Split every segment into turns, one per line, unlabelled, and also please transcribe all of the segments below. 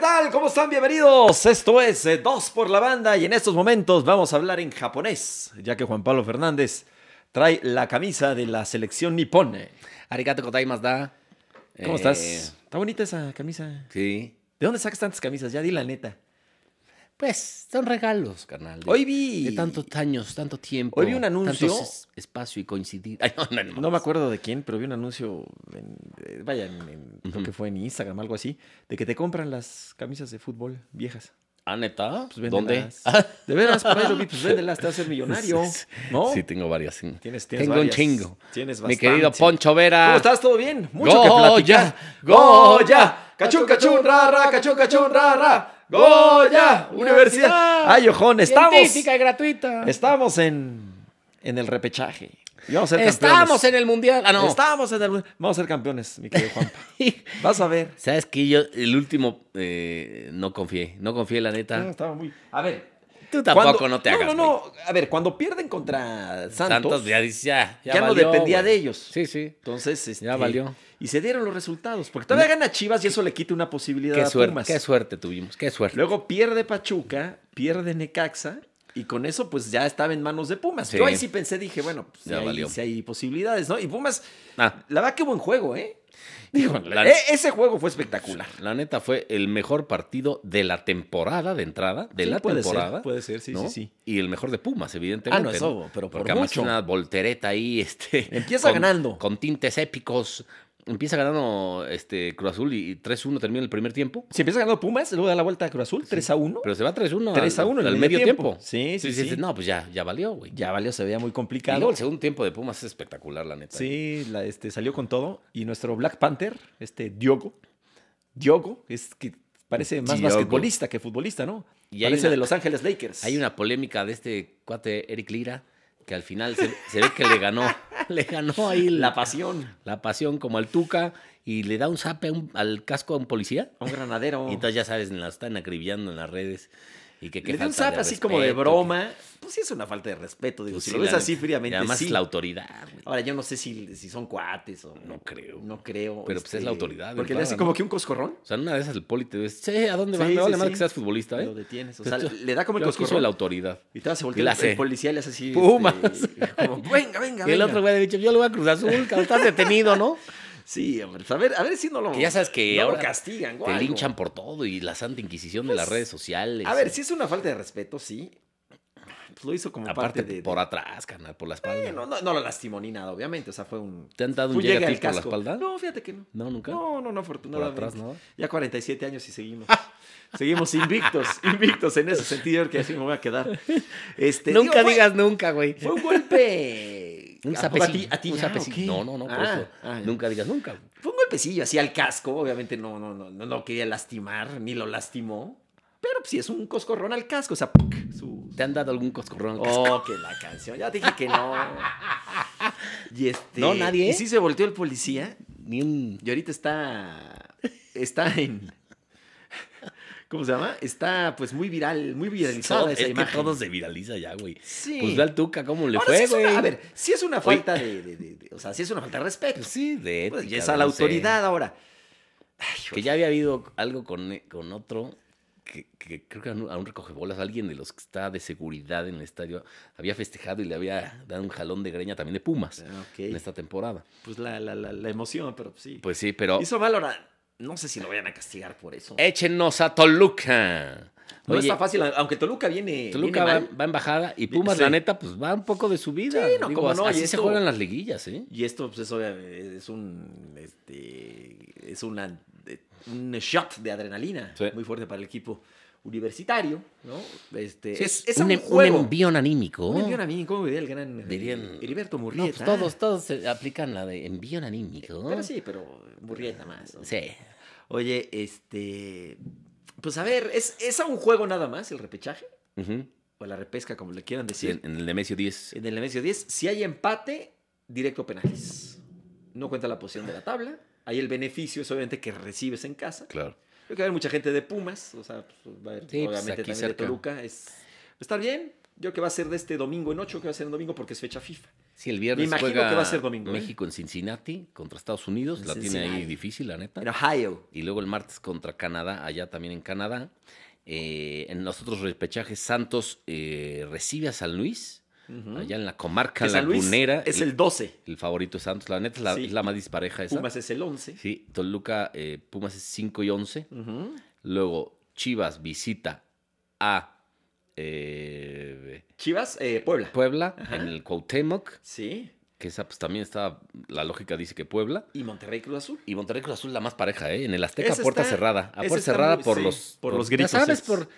tal? ¿Cómo están? Bienvenidos. Esto es eh, Dos por la Banda y en estos momentos vamos a hablar en japonés, ya que Juan Pablo Fernández trae la camisa de la selección nipone.
Arigato gozaimasu da.
¿Cómo
Eh,
estás? Está bonita esa camisa.
Sí.
¿De dónde sacas tantas camisas? Ya di la neta.
Pues son regalos, carnal. de-
Hoy vi-
De tantos años, tanto tiempo.
Hoy vi un anuncio-
tantos es- espacio y coincidir. Ay, no, no, no.
No me acuerdo de quién, pero vi un anuncio, en, eh, vaya, en, en- creo que fue en Instagram, algo así, de que te compran las camisas de fútbol viejas.
Ah, neta.
Pues
¿Dónde? Ah,
véndelas. De veras, por ahí lo vi, pues véndelas, te vas a ser millonario. ¿No?
Sí, tengo varias. sí.
Tienes- tienes
tengo
varias.
un chingo.
Tienes
Mi
bastante.
querido Poncho Vera.
¿Cómo estás? ¿Todo bien? Mucho que
Goya,
platicar. ¡Goya! ¡Cachun, cachun, ra, ra! ¡Cachun, cachun, ra, ra! ¡Goya! ¡Universidad! ¡Ay, ojón! Estamos,
Científica y gratuita.
estamos en, en el repechaje. Y vamos a ser
Estamos
campeones.
en el mundial. Ah, no.
Estamos en el... Vamos a ser campeones, mi querido Juanpa. Vas a ver.
¿Sabes qué? Yo, el último, eh, no confié. No confié, la neta.
No, estaba muy... A ver.
Tú tampoco,
Ah. cuando-
no te
no,
hagas.
No, no, A ver, cuando pierden contra Santos,
Santos ya dice, ya.
ya no dependía de ellos.
Sí, sí.
Entonces, este,
valió.
Y se dieron los resultados. Porque todavía gana Chivas y eso le quita una posibilidad
Qué
a
suerte,
Pumas.
qué suerte tuvimos, qué suerte.
Luego pierde Pachuca, pierde Necaxa. Y con eso, pues ya estaba en manos de Pumas.
Sí.
Yo ahí sí pensé, dije, bueno, pues
Ya
ahí
valió.
sí hay posibilidades, ¿no? Y Pumas,
Ah.
la verdad, qué buen juego, ¿eh? Digo,
La-
e- ese juego fue espectacular.
La neta fue el mejor partido de la temporada de entrada, de
Sí,
la
puede ser,
temporada.
puede ser, sí,
¿no?
sí, sí.
Y el mejor de Pumas, evidentemente.
Ah, no, eso, pero por
Porque además
mucho.
una voltereta ahí, este.
Empieza
con-
ganando.
Con tintes épicos. Empieza ganando este Cruz Azul y 3-1 termina el primer tiempo.
Se empieza ganando Pumas, luego da la vuelta a Cruz Azul, 3 a 1.
Pero se va 3-1 al-
3-1 en
al
el
medio
medio
tiempo.
tiempo. Sí, sí,
Y dices,
sí.
No, pues ya, ya valió, güey.
Ya valió, se veía muy
Y luego
complicado.
el segundo tiempo de Pumas es espectacular, la neta.
Sí, la, este, salió con todo. Y nuestro Black Panther, este Diogo, Diogo, es que parece más
Diogo.
basquetbolista que futbolista, ¿no?
Y hay
parece
una-
de Los Ángeles Lakers.
Hay una polémica de este cuate Eric Lira que al final se, se ve que le ganó, le ganó ahí la,
La pasión.
la pasión como al Tuca y le da un zape a un- al casco a un policía.
a Un granadero.
Y entonces ya sabes, la están acribillando en las redes. Y que,
Oh.
qué
Le dio un
falta
zap así como de
respeto,
broma. Pues sí es una falta de respeto,
que-
digo.
pues
si
sí,
lo ves
la
así
neta.
fríamente,
Y además
sí.
es la autoridad, güey.
Ahora, yo no sé si, si son cuates o...
No creo.
No creo. este,
Pero, pues, es la autoridad, de
Porque le
entrada,
hace
¿no?
como que un coscorrón.
O sea, en una de esas el poli te dice, che, ¿a dónde vas?
Sí,
Me vale
sí,
más
sí.
que seas futbolista, ¿eh?
Lo detienes. O sea,
Yo-
le da como el
Yo aquí soy
coscorrón.
la autoridad.
Y te vas a
Y la
voltear
hace.
el policía y le hace así. este,
Pumas.
como, venga, venga,
Y el
venga.
otro güey ha dicho, yo lo voy a Cruz Azul, cabrón, estás detenido, ¿no?
Sí, hombre, pues, a ver, a ver si no lo.
Que ya sabes que
no lo
ahora
castigan,
Te
güey.
linchan por todo y la santa inquisición de las redes sociales.
Pues, A ver,
y-
si es una falta de respeto, sí. Pues lo hizo como
Aparte,
parte de. de-
por atrás, carnal, por la espalda.
Eh, no, no, no lo lastimó ni nada, obviamente. O sea, fue un.
¿Te han dado
fue
un llegue a
al
ti por la
casco.
espalda?
No, fíjate que no.
No, nunca.
No, no, no, afortunadamente.
Por atrás, ¿no?
Ya 47 años y seguimos. seguimos invictos, invictos en ese sentido, que así me voy a quedar. Este,
nunca
digo, fue-
digas nunca, güey.
Fue un golpe.
Un
¿A
sapecillo.
poco A ti, a ti
un
ya,
sapecillo.
¿o qué?
No, no, no, por
Ah,
eso.
ah, ya.
nunca digas nunca. güey.
Fue un golpecillo así al casco, obviamente no, no, no, no, no quería lastimar, ni lo lastimó. Pero pues, sí es un coscorrón al casco, o sea, ¡puc! su...
¿Te han dado algún coscorrón? al casco?
Oh, que la canción, ya dije que no. Y este...
No, nadie.
Y sí se volteó el policía
Ni un.
y ahorita está... Está en... ¿Cómo se llama? Está pues muy viral, muy viralizada
Todo-
esa
es
imagen.
que todo se viraliza ya, güey.
Sí.
Pues ve al Tuca cómo le
Ahora, sí es una-
fue, güey.
a ver, sí es una
Oye.
falta de, de- de- de- O sea, sí es una falta de respeto.
Pues sí, de
Pues,
ética,
ya es a
no
la
sé.
autoridad ahora. Ay,
Que ya había habido algo con, con otro. Que, que creo que a un, a un recogebolas, alguien de los que está de seguridad en el estadio, había festejado y le había dado un jalón de greña también de Pumas en
Ok.
esta temporada.
Pues la, la, la, la emoción, pero pues, sí.
Pues sí, pero
Hizo mal ahora. No sé si lo vayan a castigar por eso.
échenos a Toluca.
no
Eh, Oye,
está fácil, aunque Toluca viene.
Toluca
viene
va,
mal,
va en bajada y Pumas,
Sí.
la neta, pues va un poco de subida.
Sí, no, cómo
as-
no, y
así se
esto-
juegan las liguillas, ¿eh?
Y esto, pues, eso eh, es un. Este, es una, eh, un shot de adrenalina
Sí.
muy fuerte para el equipo universitario, ¿no? Este, es, es
un,
un,
em- un
juego.
envión anímico.
Un envión a mí, ¿cómo diría el gran eh,
Dirían-
Heriberto
No, pues
Murrieta?
todos, todos se aplican la de envión anímico.
Pero sí, pero Murrieta más. ¿no?
Sí.
Oye, este. Pues a ver, ¿es, ¿es a un juego nada más el repechaje?
Ujú.
O la repesca, como le quieran
Sí,
decir.
en, en el Nemesio 10.
En el Nemesio 10, si hay empate, directo a penales. No cuenta la posición de la tabla. Ahí el beneficio es obviamente que recibes en casa.
Claro.
Creo que va a haber mucha gente de Pumas, o sea, pues, va a haber
Sí, pues,
obviamente
aquí
también de
cerca.
Toluca. Es, ¿Estar bien? Yo creo que va a ser de este domingo en 8, que va a ser en domingo porque es fecha FIFA.
Sí, el viernes
Me imagino
juega
que va a ser domingo, ¿eh?
México en Cincinnati contra Estados Unidos.
En
la tiene ahí
Cincinnati.
difícil, la neta.
En Ohio.
Y luego el martes contra Canadá, allá también en Canadá. Eh, en los otros repechajes, Santos eh, recibe a San Luis,
Ujú.
allá en la comarca
Mm. Que San Luis
lagunera.
es
el,
el 12.
el favorito es Santos, la neta es la,
Sí.
es la más dispareja esa.
Pumas es el 11.
Sí, Toluca, eh, Pumas es 5 y 11.
Ujú.
Luego Chivas visita a eh,
Chivas, eh, Puebla.
Puebla en el Cuauhtémoc,
Sí.
que esa pues también está, la lógica dice que Puebla.
Y Monterrey Cruz Azul.
Y Monterrey Cruz Azul la más pareja, ¿eh? En el Azteca
Esa
a puerta
está-
cerrada. A
esa
puerta
está
cerrada
muy-
por
sí,
los...
por los gritos
Ya sabes,
estos.
por,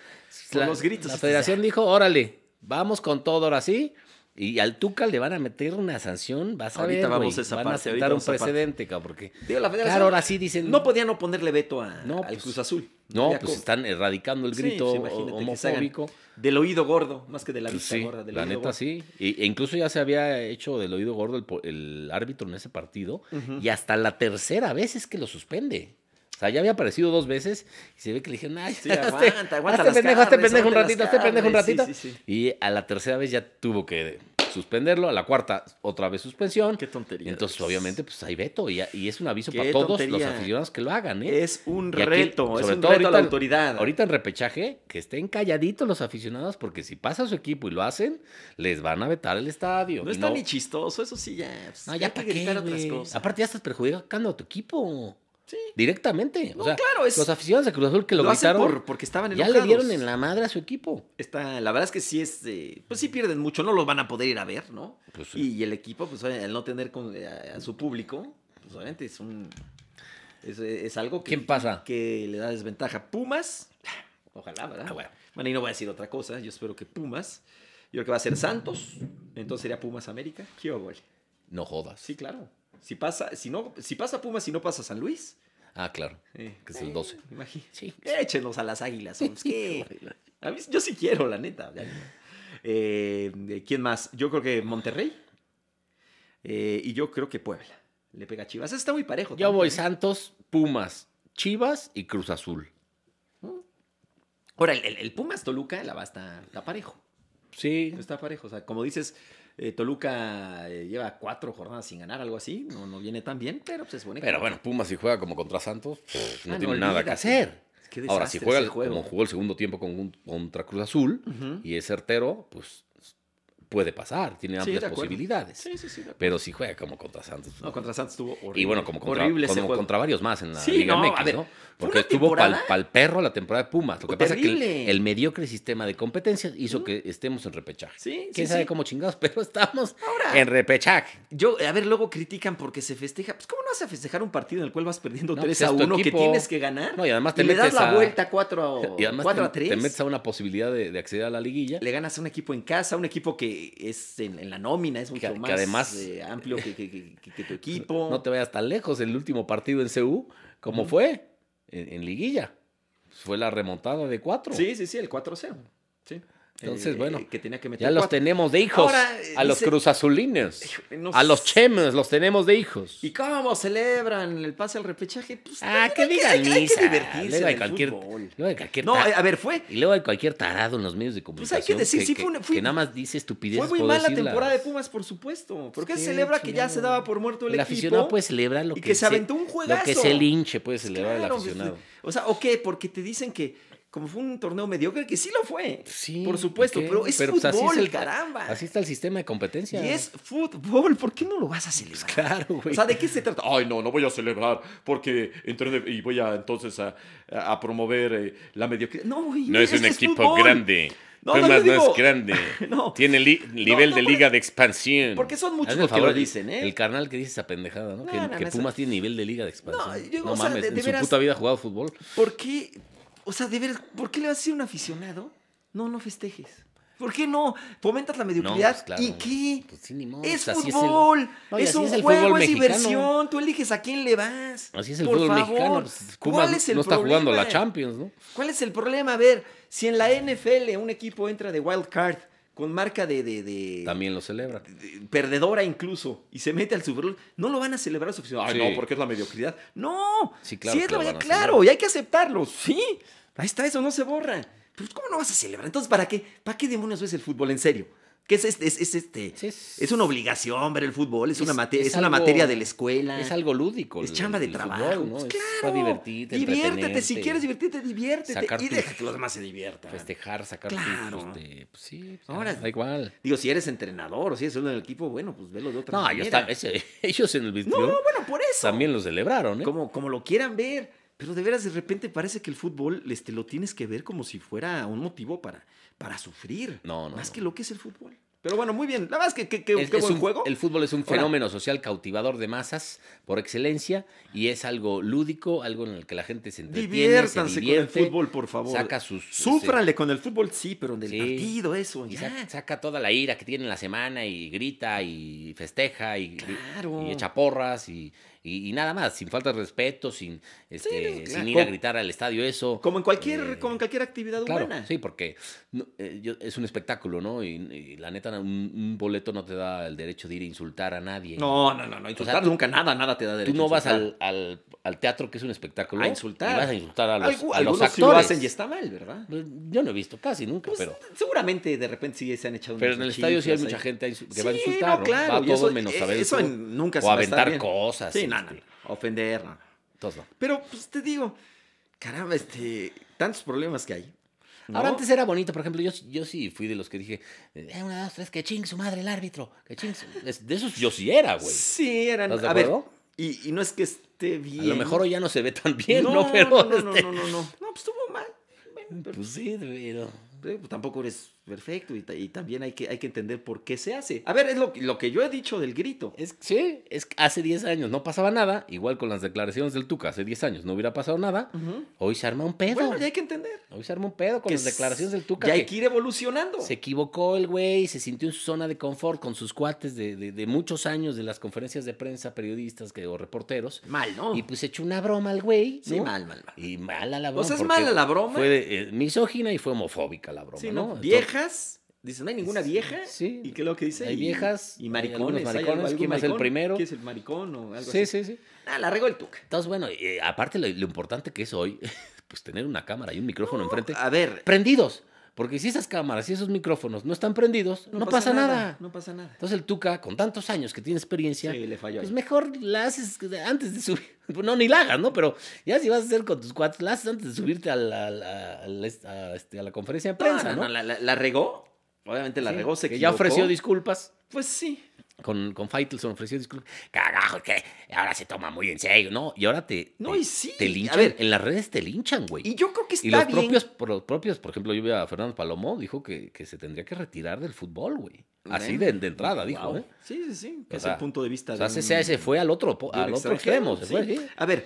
Por los gritos
La
estos,
federación
ya.
dijo, órale, vamos con todo ahora sí. Y al Tuca le van a meter una sanción, vas a
Ahorita
ver,
vamos
güey,
a esa
van a
parte, ahorita
sentar un
vamos a esa parte.
precedente, cabrón, porque...
Digo, la federación
Claro, ahora sí dicen...
No podía no ponerle veto a,
No,
al
pues,
Cruz Azul.
No,
había
pues
cómo.
están erradicando el
Sí,
grito
pues
ho-
imagínate que se hagan
homofóbico.
Del oído gordo, más que de la
Pues
vista
sí,
gorda. Del
la
oído
neta
gordo.
sí. Y- e incluso ya se había hecho del oído gordo el, po- el árbitro en ese partido.
Ujú.
Y hasta la tercera vez es que lo suspende. O sea, ya había aparecido dos veces y se ve que le dijeron, ay,
Sí, aguanta, aguanta
hazte
las
pendejo, hazte
carnes,
pendejo un
aguanta
ratito,
las
hazte pendejo un
carnes, sí,
ratito.
sí, sí.
Y a la tercera vez ya tuvo que suspenderlo, a la cuarta otra vez suspensión.
Qué tontería.
Entonces, obviamente, pues hay veto y, y es un aviso
Qué
para todos los
tontería.
aficionados que lo hagan, ¿eh?
Es un
Y aquí,
reto, es
sobre
un
todo
reto a la
ahorita-
autoridad.
Ahorita en repechaje, que estén calladitos los aficionados, porque si pasa su equipo y lo hacen, les van a vetar el estadio.
no
Y
está ni chistoso, eso sí ya. pues,
No,
hay
ya
que
para qué,
gritar otras
güey.
cosas.
Aparte ya estás perjudicando a tu equipo.
Sí.
Directamente.
No,
o sea,
claro, es-
los aficionados de Cruz Azul que lo,
Lo, hacen
gritaron,
por, porque estaban
ya
enojados.
le dieron en la madre a su equipo.
Está, la verdad es que sí es, eh, pues sí pierden mucho, no los van a poder ir a ver, ¿no?
Pues sí.
y, y el equipo, pues oye, al no tener con- a, a su público, pues obviamente es un, es, es algo que,
¿Quién pasa?
que le da desventaja. Pumas, ojalá, ¿verdad?
Ah, bueno.
Bueno, y no voy a decir otra cosa, yo espero que Pumas, yo creo que va a ser Santos, entonces sería Pumas América, ¿qué hubo, güey?
No jodas.
Sí, claro. Si pasa, si no, si pasa Pumas y no pasa San Luis,
Ah, claro.
eh,
Que es el 12.
imagínate.
Sí.
Échenos a las águilas. hombre, es que a mí- yo sí quiero, la neta. ya. Eh, eh, ¿Quién más? Yo creo que Monterrey. Eh, y yo creo que Puebla. Le pega a Chivas. Está muy parejo.
Yo
también,
voy
¿eh?
Santos, Pumas, Chivas y Cruz Azul.
Ahora, el, el- el Pumas Toluca la va a estar está parejo.
Sí.
Está parejo. O sea, como dices, eh, Toluca eh, lleva cuatro jornadas sin ganar, algo así. No, no viene tan bien, pero pues, se supone que-
Pero bueno, Pumas si juega como contra Santos, pff, no
Ah,
tiene nada
olvídate.
que hacer.
Qué
Ahora, si
desastre
juega
ese
el-
juego.
como jugó el segundo tiempo con- contra Cruz Azul
Ujú.
y es certero, pues puede pasar, tiene
Sí,
amplias
de acuerdo.
posibilidades.
Sí, sí, sí. de acuerdo.
Pero si juega como contra Santos.
No, contra Santos estuvo horrible.
y bueno, como contra,
horrible ese
como
juego.
contra varios más en la
Sí,
Liga
no, a
MX,
ver,
¿no?
fue
Porque
una
estuvo para
temporada-
el perro la temporada de Pumas. Lo que pasa es que el,
Terrible.
el mediocre sistema de competencias hizo que estemos en repechaje.
Sí, sí,
¿Quién sabe
sí. Ah.
cómo chingados? Pero estamos
Ahora.
en repechaje.
Yo, a ver, luego critican porque se festeja. Pues, ¿cómo no vas a festejar un partido en el cual vas perdiendo
No,
3
pues,
a
es tu
1 que
equipo.
tienes que ganar?
No, y además te
le das
metes
la
a-
vuelta 4
Y además
a
te,
3.
te metes a una posibilidad de, de acceder a la liguilla.
Le ganas a un equipo en casa, un equipo que es en, en la nómina, es mucho
que
más
además-
eh, amplio que, que- que- que- que tu equipo.
No te vayas tan lejos. El último partido en CU, ¿cómo fue? En, en liguilla. Fue la remontada de cuatro.
Sí, sí, sí, el 4-0. Sí. Eh,
Entonces, bueno,
Que tenía que meter
Ya los
cuatro.
tenemos de hijos.
Ahora, eh,
a los
dice-
cruzazulines.
Híjole, no
A los
sé.
chemes los tenemos de hijos.
¿Y cómo celebran el pase al repechaje? Pues,
ah,
hay
que digan
hay que
misa.
divertirse
Luego
en
hay
el
cualquier,
fútbol.
luego hay cualquier
No,
tar-
a ver, fue,
y luego hay cualquier tarado en los medios de
hay que
comunicación.
decir, sí fue una- fue-
que nada más dice estupideces.
Fue muy
por
mala
decirlas.
temporada de Pumas, por supuesto. Porque él
Sí,
celebra que ya
chingado.
se daba por muerto el,
El
equipo.
aficionado pues, puede celebrar lo
y
que,
que se aventó un
Lo que
juegazo.
se linche puede celebrar
Claro,
el
pues,
aficionado.
o sea, ok, porque te dicen que como fue un torneo mediocre, que sí lo fue.
Sí,
Por supuesto,
¿y qué?
pero es
pues, así
fútbol,
el-
caramba.
Así está el sistema de competencia.
Y es fútbol, ¿por qué no lo vas a celebrar?
Pues Claro,
O
güey.
sea, ¿de qué se trata?
Ay, no, no voy a celebrar porque entré de- y voy a entonces a, a promover eh, la mediocridad.
No, güey,
No es un
que
equipo
fútbol.
grande.
No, no,
Pumas
yo
no,
digo-
es grande.
No,
Tiene li- nivel
no,
de
por-
liga de expansión.
porque son muchos
Hazme
los
el
que lo
favor,
dicen, ¿eh?
El carnal que dice esa pendejada, ¿no?
No,
que
no, no,
que
eso-
Pumas tiene nivel de liga de expansión.
No,
No,
yo- o sea,
mames,
de- de
en su
veras-
puta vida ha jugado fútbol.
¿Por qué? O sea, de ver, ¿por qué le vas a decir a un aficionado? No, no festejes. ¿Por qué no? Fomentas la mediocridad.
pues, claro.
¿Y qué?
Pues sí, ni modo,
es
pues, así es el-
fútbol. Es,
No, y así
un
es el
juego,
fútbol
es
mexicano.
diversión. Tú eliges a quién le vas.
Así es el
Por
fútbol
favor,
mexicano. pues, Pumas
¿Cuál es el
no está
problema?
jugando la Champions, ¿no?
¿Cuál es el problema? A ver, si en la NFL un equipo entra de wild card con marca de, de, de-
También lo celebra.
de- perdedora incluso y se mete al Super Bowl, no lo van a celebrar los aficionados. Ay,
Sí.
no, porque es la mediocridad. No,
Sí, claro
si es
que lo
la-
van a
claro,
celebrar.
y hay que aceptarlo. Sí, ahí está, eso no se borra. Pero ¿cómo no vas a celebrar? Entonces, ¿para qué? ¿Para qué demonios ves el fútbol en serio? ¿Qué es este? Es, es este?
Sí, es-
es una obligación ver el fútbol, es,
Es-
una, mate-
es
es una
algo-
materia de la escuela.
Es algo lúdico.
Es
el-
chamba de
el
trabajo.
¿no?
Pues
Es
claro.
para divertirte,
Diviértete, si
entretenerte,
quieres divertirte, diviértete.
sacar
y
tus-
deja que los demás se diviertan.
Festejar, sacar
Claro.
tus... este, pues sí, pues,
Ahora-
da igual.
Digo, si eres entrenador o si eres uno del equipo, bueno, pues velo de otra
No,
manera.
ellos, tam- ese- ellos en el
No,
21
no, bueno, por eso.
también lo celebraron, ¿eh?
Como, como lo quieran ver. Pero de veras, de repente parece que el fútbol este, lo tienes que ver como si fuera un motivo para, para sufrir.
No, no,
Más
no.
que lo que es el fútbol. Pero bueno, muy bien. La verdad es que qué, qué-
Es-
qué
es
buen
un-
juego.
El fútbol es un
Ahora-
fenómeno social cautivador de masas por excelencia y es algo lúdico, algo en el que la gente se entretiene, se
Diviértanse con el
divierte,
fútbol, por favor.
saca sus... este
Súfranle con el fútbol, sí, pero en el
Sí.
partido, eso.
se- y
ya.
saca, saca toda la ira que tiene en la semana y grita y festeja y,
Claro.
y echa porras y, y- y nada más, sin falta de respeto, sin, este,
claro.
sin ir a
ah, Como-
gritar al estadio eso.
Como en cualquier,
Eh,
como en cualquier actividad
Claro,
humana.
sí, porque no, eh, yo- es un espectáculo, ¿no? Y, y la neta, un, un boleto no te da el derecho de ir a insultar a nadie.
No, no, no, no. Insultar
O sea, tú-
nunca nada, nada te da
Tú
derecho.
no
a
vas
insultar.
al, al- al teatro, que es un espectáculo.
A insultar.
y vas a insultar a los,
Algu-
a los
algunos
actores. Pues,
sí lo hacen y está mal, ¿verdad?
Yo no he visto casi nunca,
Pues,
pero,
seguramente de repente sí se han echado
pero en
unos
el estadio sí hay
chiflas
mucha
ahí.
gente a insu- que
Sí,
va a insultar.
no,
¿no?
claro.
Va
y
todo
eso,
menos
eh,
a ver.
Eso
el
en- nunca
o
se va a estar
aventar
bien.
cosas,
Sí, no, no,
este.
no, Ofender, no.
fútbol. Todos no.
Pero, pues te digo, caramba, este, tantos problemas que hay. ¿no?
Ahora antes era bonito, por ejemplo, yo, yo sí fui de los que dije, eh, una, dos, tres, que ching su madre el árbitro, que ching su... Es- De esos yo sí era, güey.
Sí, eran.
¿Estás de
a ver,
acuerdo?
y, y no es que esté bien.
A lo mejor hoy ya no se ve tan bien, ¿no?
no,
Pero
No, no,
este,
no, no, no. No, pues estuvo mal. Bueno, pero-
Pues sí, pero...
Eh, pues, tampoco eres perfecto y, ta- y también hay que, hay que entender por qué se hace. A ver, es lo, que- lo que yo he dicho del grito.
Es, sí, es que hace 10 años no pasaba nada, igual con las declaraciones del Tuca, hace 10 años no hubiera pasado nada, hoy se arma un pedo.
Bueno, ya hay que entender.
Hoy se arma un pedo con
que
las declaraciones del Tuca.
Ya
que
hay que ir evolucionando.
Se equivocó el güey, se sintió en su zona de confort con sus cuates de, de- de muchos años de las conferencias de prensa, periodistas que, o reporteros,
Mal, ¿no?
y pues echó una broma al güey.
sí,
¿no?
mal, mal, mal.
Y mala la broma.
sea, es
porque
mala la broma.
Fue eh, misógina y fue homofóbica la broma,
Sí,
¿no?
¿no? Viejas.
Entonces,
Dicen, no hay ninguna vieja.
sí.
¿Y qué es lo que dice?
Hay
Y-
viejas,
Y
hay
maricones.
algunos
¿hay
maricones,
algún
¿quién va a ser el
maricón?
primero?
¿Quién es el maricón o algo
Sí,
así?
sí, sí.
Ah, la regó el tuc.
Entonces, bueno, eh, aparte lo, lo importante que es hoy, pues tener una cámara y un micrófono enfrente
A ver.
prendidos. Porque si esas cámaras y esos micrófonos no están prendidos, no, pasa, nada.
No pasa nada.
Entonces el Tuca, con tantos años que tiene experiencia,
Sí, le falló
pues
ahí.
mejor la haces antes de subir. No, ni la hagas, ¿no? Pero ya si vas a hacer con tus cuates, la haces antes de subirte a la, a la- a la- a este, a la conferencia de prensa, ¿no?
la, la- la regó. Obviamente la
Sí,
regó, se
que ya
equivocó.
ofreció disculpas.
Pues sí.
Con, con Faitelson ofreció disculpas. Carajo, que ahora se toma muy en serio, ¿no? Y ahora te.
No,
te-
y sí.
Te
A
linchan.
ver.
En las redes te linchan, güey.
Y yo creo que está
Y los
bien.
propios, por los propios, por ejemplo, yo vi a Fernando Palomo, dijo que, que se tendría que retirar del fútbol, güey. Así de, de entrada, dijo,
Guau.
¿eh?
Sí, sí, sí.
O
Que es
sea,
el punto de vista
O sea,
de
se,
un-
se- se fue al otro, po-
de un
al otro
extranjero,
extremo. Se fue,
sí.
sí.
A ver,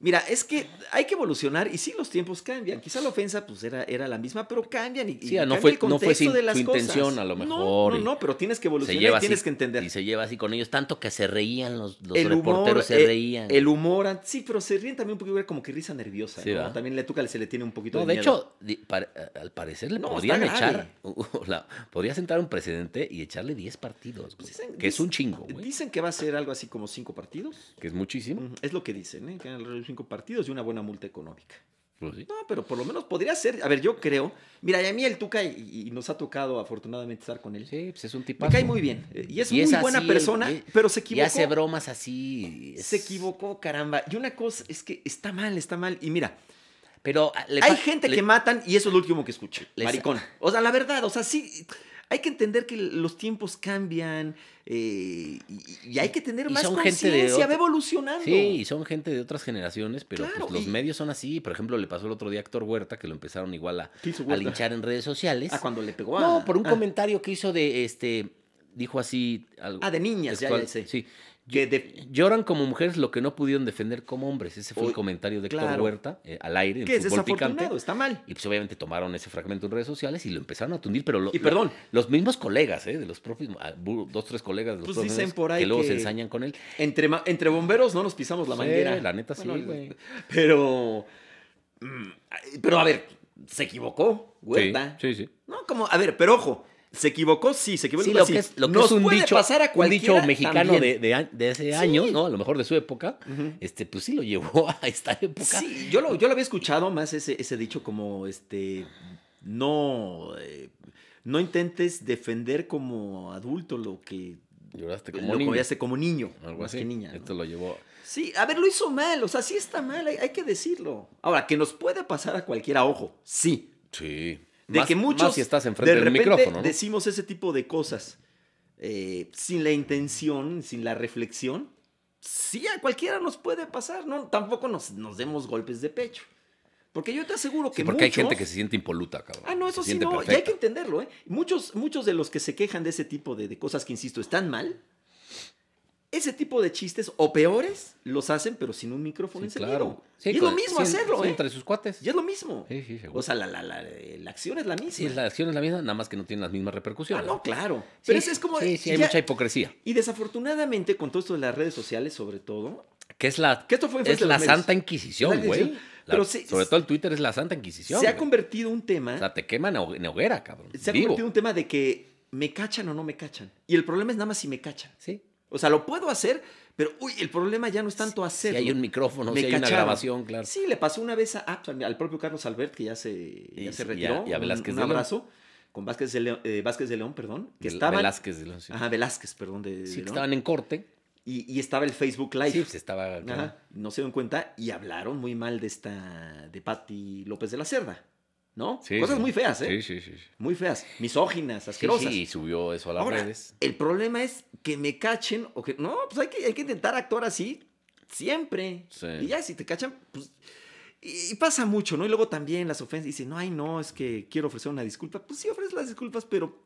mira, es que hay que evolucionar y sí, los tiempos cambian. Quizá la ofensa pues era, era la misma, pero cambian y, y
Sí, ah, no
cambia
fue-
el
no fue
contexto
sin-
de las
su
cosas.
intención, a lo
No,
mejor,
No,
y-
no, pero tienes que
Se
evolucionar y
lleva
tienes
así,
que entender.
Y se lleva así con ellos, tanto que se reían los, los
el
reporteros,
humor,
se
eh,
reían.
el humor, an- sí, pero se ríen también un poquito, como que risa nerviosa.
Sí,
¿no?
¿verdad?
También le toca, se le tiene un poquito
No,
de
de
miedo.
hecho, di- par- al parecer le
No,
podrían
está grave.
echar, la- podría sentar un precedente y echarle 10 partidos, güey,
Pues Dicen-
que es
dicen-
un chingo, güey,
Dicen que va a ser algo así como cinco partidos.
que es muchísimo.
Ujú, Es lo que dicen, ¿eh? que alrededor de cinco partidos y una buena multa económica.
Pues sí.
No, pero por lo menos podría ser. A ver, yo creo. Mira, y a mí el Tuca, y, y nos ha tocado afortunadamente estar con él.
Sí, pues es un
Me
tipazo.
cae muy bien. eh, Y es
Y
muy
es
buena
así,
persona,
y-
pero se
Y
equivocó.
hace bromas así. es-
Se equivocó, caramba. Y una cosa es que está mal, está mal. Y mira,
Pero ah, le
hay
fa-
gente
le-
que matan y eso es lo último que escuché.
Les-
Maricón. O sea, la verdad, o sea, sí. Hay que entender que los tiempos cambian eh, y, y hay que tener
Y
más
son gente de
conciencia, va
otra-
evolucionando.
Sí, y son gente de otras generaciones, pero
Claro,
pues, los
y-
medios son así. Por ejemplo, le pasó el otro día a Héctor Huerta, que lo empezaron igual a,
¿Qué hizo
a
Huerta?
linchar en redes sociales.
Ah, cuando le pegó a...
No, por un
ah,
comentario que hizo de este. Dijo así algo.
Ah, de niñas, ya,
textual,
ya sé.
Sí.
Que de-
Lloran como mujeres lo que no pudieron defender como hombres. Ese fue
Uy,
el comentario de Héctor
claro.
Huerta eh, al aire. en
que es
Fútbol Picante.
desafortunado, está mal.
Y pues obviamente tomaron ese fragmento en redes sociales y lo empezaron a tundir, pero lo-
Y perdón.
los mismos colegas, ¿eh? De los propios, ah, bu- dos, tres colegas de los
Pues
propios
dicen
medios
por ahí
que luego se
que-
ensañan con él.
Entre, ma- entre bomberos no nos pisamos la
Sí,
manguera.
la neta sí,
Bueno,
güey.
Pero. mm, Pero a ver, se equivocó, Huerta.
Sí, sí, sí.
No, como, a ver, pero ojo, se equivocó, sí, se equivocó.
Sí, lo
sí.
que es, lo que
Nos
es un
puede
dicho,
pasar a
un
cualquiera
dicho mexicano
también.
de, de a- de hace años, ¿no? A lo mejor de su época,
Ujú.
este, pues sí lo llevó a esta época.
Sí, yo lo, yo lo había escuchado más ese, ese dicho como este No, eh, no intentes defender como adulto lo que
Lloraste
lo
como niño.
que hace como niño,
Algo
más
así.
que niña. ¿no?
Esto lo llevó.
Sí, a ver, lo hizo mal, o sea, sí está mal, hay, hay que decirlo. Ahora, que nos puede pasar a cualquiera, ojo, sí.
Sí.
De
Más-
que muchos
Más si estás enfrente
de
del
repente
micrófono, ¿no?
decimos ese tipo de cosas eh, sin la intención, sin la reflexión. Sí, a cualquiera nos puede pasar, ¿no? Tampoco nos, nos demos golpes de pecho. Porque yo te aseguro que
Sí, porque hay gente
muchos-
que se siente impoluta, cabrón.
Ah, no,
Se
eso sí,
siente
no. Y hay que
perfecta.
entenderlo, ¿eh? Muchos, muchos de los que se quejan de ese tipo de, de cosas que, insisto, están mal, ese tipo de chistes o peores los hacen, pero sin un micrófono
Sí,
encendido.
claro.
y es
con-
lo mismo
sí,
hacerlo,
sí,
¿eh?
entre sus cuates.
Y es lo mismo.
Sí, sí, seguro.
o sea, la, la, la, eh, la acción es la misma.
Sí, la acción es la misma, nada más que no tiene las mismas
Ah,
repercusiones.
no, claro.
Sí,
pero es, es como...
Sí, sí, hay
ya-
mucha hipocresía.
Y desafortunadamente, con todo esto de las redes sociales, sobre todo,
Que es la,
Que esto fue en
es
frente de
la
los medios.
santa inquisición,
Exacto,
güey.
sí.
La-
Pero sí-
sobre todo el Twitter es la santa inquisición.
se ha
güey.
convertido un tema...
O sea, te queman a ho- en hoguera, cabrón.
se ha
vivo.
convertido un tema de que me cachan o no me cachan. Y el problema es nada más si me cachan.
Sí.
O sea, lo puedo hacer, pero uy, el problema ya no es tanto
Si
hacerlo.
hay un micrófono,
Me
si hay una
cacharon.
grabación, claro.
Sí, le pasó una vez a, ah, pues, al propio Carlos Albert, que ya se, ya
Y-
se
y a-
retiró.
y a
un-
Velázquez
un,
de León.
abrazo con Vázquez de León, eh, Vázquez de León, perdón, que
Vel-
estaban...
Velázquez de León, sí.
Ajá, Velázquez, perdón, de,
Sí,
de
que
León.
estaban en corte.
Y, y estaba el Facebook Live.
Sí, pues estaba. claro.
Ajá, no se dieron cuenta y hablaron muy mal de esta, de Patti López de la Cerda, ¿no?
Sí,
Cosas
sí.
muy feas, ¿eh?
Sí, sí, sí. sí.
Muy feas, misóginas,
Sí,
asquerosas.
sí, y subió eso a las
Ahora,
redes.
el problema es que me cachen o que. No, pues hay que, hay que intentar actuar así siempre.
Sí.
Y ya, si te cachan, pues. Y, y pasa mucho, ¿no? Y luego también las ofensas. Dicen, no, ay, no, es que quiero ofrecer una disculpa. Pues sí, ofreces las disculpas, pero.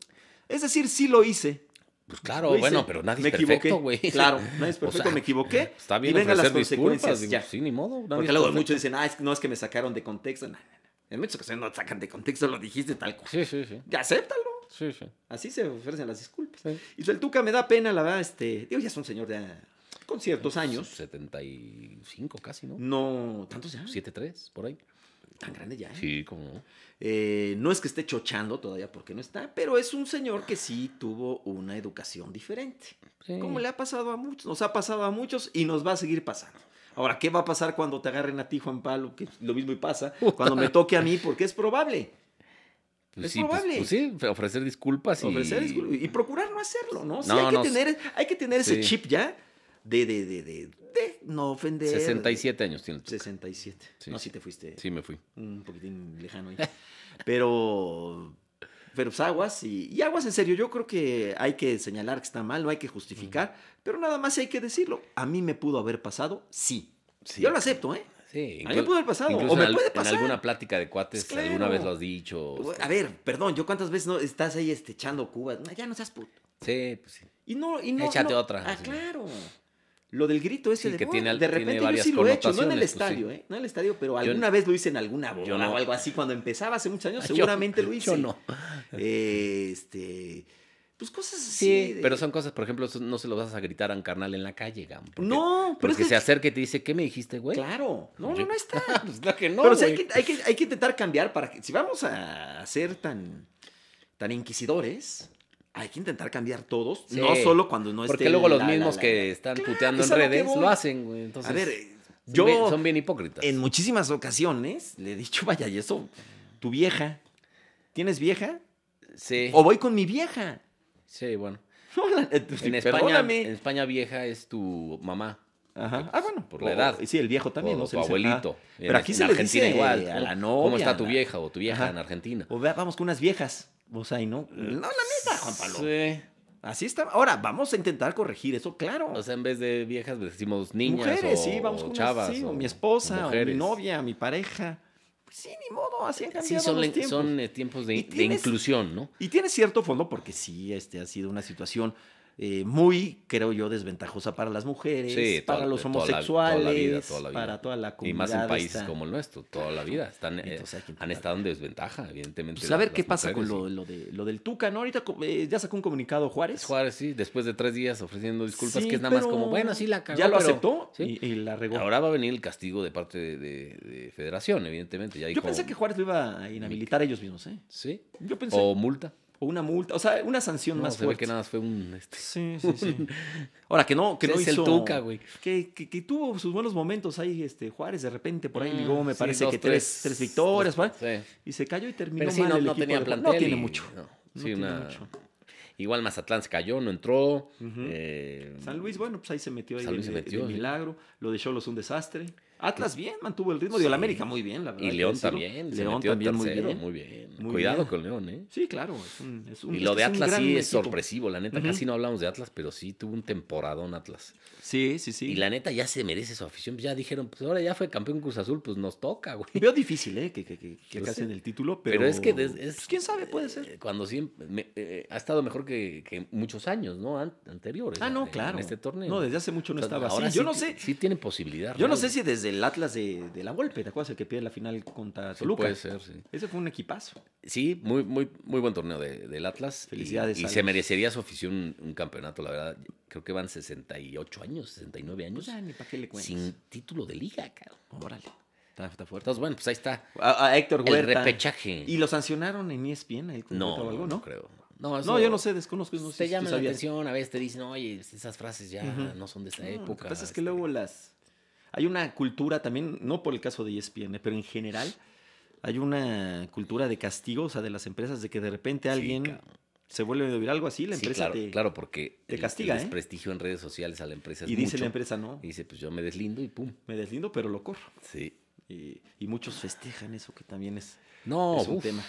Es decir, sí lo hice.
Pues claro,
Lo hice.
bueno, pero nadie
me
es perfecto,
equivoqué.
güey.
Claro, nadie es
O
perfecto,
sea,
me equivoqué.
Está bien
y vengan las
ofrecer disculpas,
consecuencias. ya.
digo, Sí, ni modo. nadie
Porque
es
luego
perfecto.
muchos dicen, ah, es- no es que me sacaron de contexto. No, no, no. En muchas ocasiones no te sacan de contexto, lo dijiste tal cual.
Sí, sí, sí.
Ya, acéptalo.
Sí, sí.
Así se ofrecen las disculpas.
Sí.
Y el Tuca me da pena, la verdad, este, digo, ya es un señor de ah, con ciertos años. Mm.
75 casi, ¿no?
No, tantos ya,
7-3, por ahí.
tan grande ya. ¿eh?
Sí, como no.
Eh, no es que esté chochando todavía porque no está, pero es un señor que sí tuvo una educación diferente.
Sí.
Como le ha pasado a muchos, nos ha pasado a muchos y nos va a seguir pasando. Ahora, ¿qué va a pasar cuando te agarren a ti, Juan Pablo? Que lo mismo y pasa. Cuando me toque a mí, porque es probable.
Pues
Es
sí, pues-
probable.
pues sí, ofrecer disculpas y.
ofrecer disculpas y procurar no hacerlo, ¿no? Sí,
No,
hay, que
no,
tener, hay que tener ese
sí.
chip ya de, de, de, de, de no ofender.
67 años tiene. el Tuca.
67.
Sí,
no,
sí.
sí te fuiste
Sí, me fui.
un poquitín lejano ahí. Pero, pero pues, aguas y, y aguas en serio. Yo creo que hay que señalar que está mal, no hay que justificar, pero nada más hay que decirlo. A mí me pudo haber pasado, sí.
Sí.
Yo lo acepto, ¿eh?
Sí,
A mí me pudo haber pasado,
incluso
o me
en, al-
puede
en
pasar.
alguna plática de cuates,
Pues
alguna
claro.
vez
Pues
lo has dicho.
A ver, perdón, yo cuántas veces no estás ahí este, echando cubas. No, Ya no seas puto.
Sí, pues sí.
Y no, y no.
Échate
no-
otra,
Ah,
sí.
claro. Lo del grito ese
Sí,
de,
que
"Oh",
tiene al-
de
tiene
repente yo
varias
sí lo he hecho, no en el
connotaciones, pues,
estadio, ¿eh? No en el estadio, pero
Yo
alguna vez lo hice en alguna boda
yo no.
o algo así. Cuando empezaba hace muchos años, seguramente
Yo-
lo hice.
Yo no.
Eh, este, pues cosas así.
Sí,
de-
pero son cosas, por ejemplo, eso no se los vas a gritar a un carnal en la calle, Gam. porque-
No, pero
Porque
es que.
se acerca y te dice, ¿qué me dijiste, güey?
Claro. No, no,
Yo-
no está.
Pues claro que no,
pero sí hay
güey.
que, hay, que, hay que intentar cambiar para que. Si vamos a ser tan, tan inquisidores, hay que intentar cambiar todos.
Sí.
No solo cuando no
Porque
esté
luego los
la- la-
mismos
la-
que están
Claro,
puteando
es
en
a lo que
redes
voy.
lo hacen, güey. Entonces,
A ver, eh,
son
yo.
bien- son bien hipócritas.
En muchísimas ocasiones le he dicho, vaya, y eso, tu vieja. ¿Tienes vieja?
Sí,
O voy con mi vieja.
sí, bueno.
No, la-
En España,
perdóname.
en España vieja es tu mamá.
Ajá. Ah, bueno.
Por la
O-
edad.
Sí, el viejo también.
o
no
tu
se dice "Ah, nada.
abuelito. En-
Pero aquí
en
se le
Argentina
dice
igual.
a
¿Cómo-
la
¿Cómo
novia,
está
a
tu
la-
vieja o tu vieja
Ajá.
en Argentina?
O vea, vamos con unas viejas. O sea, y no. No, la neta, Juan Pablo.
Sí.
Así está. Ahora, vamos a intentar corregir eso, claro.
O sea, en vez de viejas, pues, decimos niñas
mujeres,
o,
sí, vamos
o
con unas-
chavas.
sí,
o
o mi esposa, o mi
mujeres.
novia, mi pareja. Pues sí, ni modo, así han
Sí,
cambiado
son,
los
le-
tiempos.
son, eh, tiempos de,
Y
de
tienes-
inclusión, ¿no?
Y tiene cierto fondo porque sí, este ha sido una situación eh, muy, creo yo, desventajosa para las mujeres,
Sí, toda-
para los
toda la-
homosexuales,
toda la vida, toda la vida.
para toda la comunidad.
Y más en países
esta.
como el nuestro, toda la vida. Están, eh,
Entonces hay que
han
intentar.
estado en desventaja, evidentemente.
Pues a ver
las-
qué
las
pasa con
mujeres,
lo,
sí.
lo de, lo del Tuca, ¿no? Ahorita co- eh, ya sacó un comunicado Juárez.
Juárez, sí, después de tres días ofreciendo disculpas,
Sí,
que es nada más
pero
como, bueno, sí la cagó.
Ya lo
pero-
aceptó
Sí.
y, y la regó.
Ahora va a venir el castigo de parte de, de- de Federación, evidentemente. Ya
Yo pensé que Juárez lo iba a inhabilitar ellos mismos, ¿eh?
Sí.
Yo pensé.
O multa.
o una multa, o sea, una sanción
No,
más
se ve
fuerte.
que nada más fue un. este,
Sí, sí, sí. Ahora, que no, que no
es el
hizo...
Tuca, güey.
Que, que, que tuvo sus buenos momentos ahí, este, Juárez de repente por ahí
Mm,
ligó, me
sí,
parece
dos,
que tres, tres victorias,
dos,
¿vale?
sí.
Y se cayó y terminó
Pero sí,
mal
no,
el
no
equipo
tenía
de Juárez.
plantel.
No tiene
y-
mucho.
no,
No
sí,
tiene
una-
mucho.
Igual Mazatlán se cayó, no entró.
Ujú.
eh,
San Luis, bueno, pues ahí se metió ahí
San
de,
Luis se
de-
metió,
de
sí.
milagro. Lo de Cholos un desastre. Atlas bien, mantuvo el ritmo. Dio
Sí.
la América muy bien, la verdad.
Y
hay que
León
decirlo.
también. se
León
metió en
también muy
tercero,
bien.
muy bien.
Muy
Cuidado
bien.
con León, ¿eh?
Sí, claro. es un- es un-
Y lo
es
de
un
Atlas
gran
sí es
equipo.
sorpresivo, la neta.
Ujú.
Casi no hablamos de Atlas, pero sí tuvo un temporadón Atlas.
Sí, sí, sí.
Y la neta ya se merece su afición. Ya dijeron, pues ahora ya fue campeón Cruz Azul, pues nos toca, güey.
Veo difícil, ¿eh? Que, que, que, que
Yo
alcancen
sé.
el título, pero.
Pues Pero, es que des- es-
pues, quién sabe, puede ser.
eh, Cuando siempre me- eh, ha estado mejor que, que muchos años, ¿no? An- anteriores.
Ah,
en-
no, claro.
En este torneo.
No, desde hace mucho
O
no
sea,
estaba
ahora
así. Yo
sí
no
ti-
sé.
Sí tienen posibilidad.
Yo no
real.
sé si desde el Atlas de, de la Volpe, ¿te acuerdas el que pierde la final contra
Sí,
Toluca?
puede ser, sí.
Ese fue un equipazo.
Sí, muy, muy, muy buen torneo de- del Atlas. y-
Felicidades,
Y, se
Alex.
merecería su afición un, un campeonato, la verdad. Creo que van 68 años, 69
Pues
años
ya ni para qué le cuentas.
sin título de liga, cabrón.
Órale. Está, está fuerte.
Entonces, bueno, pues ahí está.
A, a Héctor
El
Huerta.
repechaje.
¿Y lo sancionaron en E ESPN? Ahí con
no,
Huerta o algo,
no,
no?
no creo. No,
No, yo no sé, desconozco. No
Te
sé si tú
llaman la
sabías.
atención, a veces te dicen, oye, esas frases ya
Ujú.
no son de esta
No, Lo
época.
que pasa es
este,
que luego las. Hay una cultura también, no por el caso de E ESPN, pero en general, hay una cultura de castigo, o sea, de las empresas, de que de repente
sí,
alguien
cabrón.
se vuelve a vivir algo así, la
Sí,
empresa
claro,
te.
claro, porque
te
el-
castiga,
el
¿eh?
desprestigio en redes sociales a la empresa es
Y dice
mucho.
la empresa, no,
Y dice, pues yo me deslindo y pum.
me deslindo, pero lo corro.
Sí.
Y, y muchos festejan eso, que también es,
No,
es un
uf,
tema.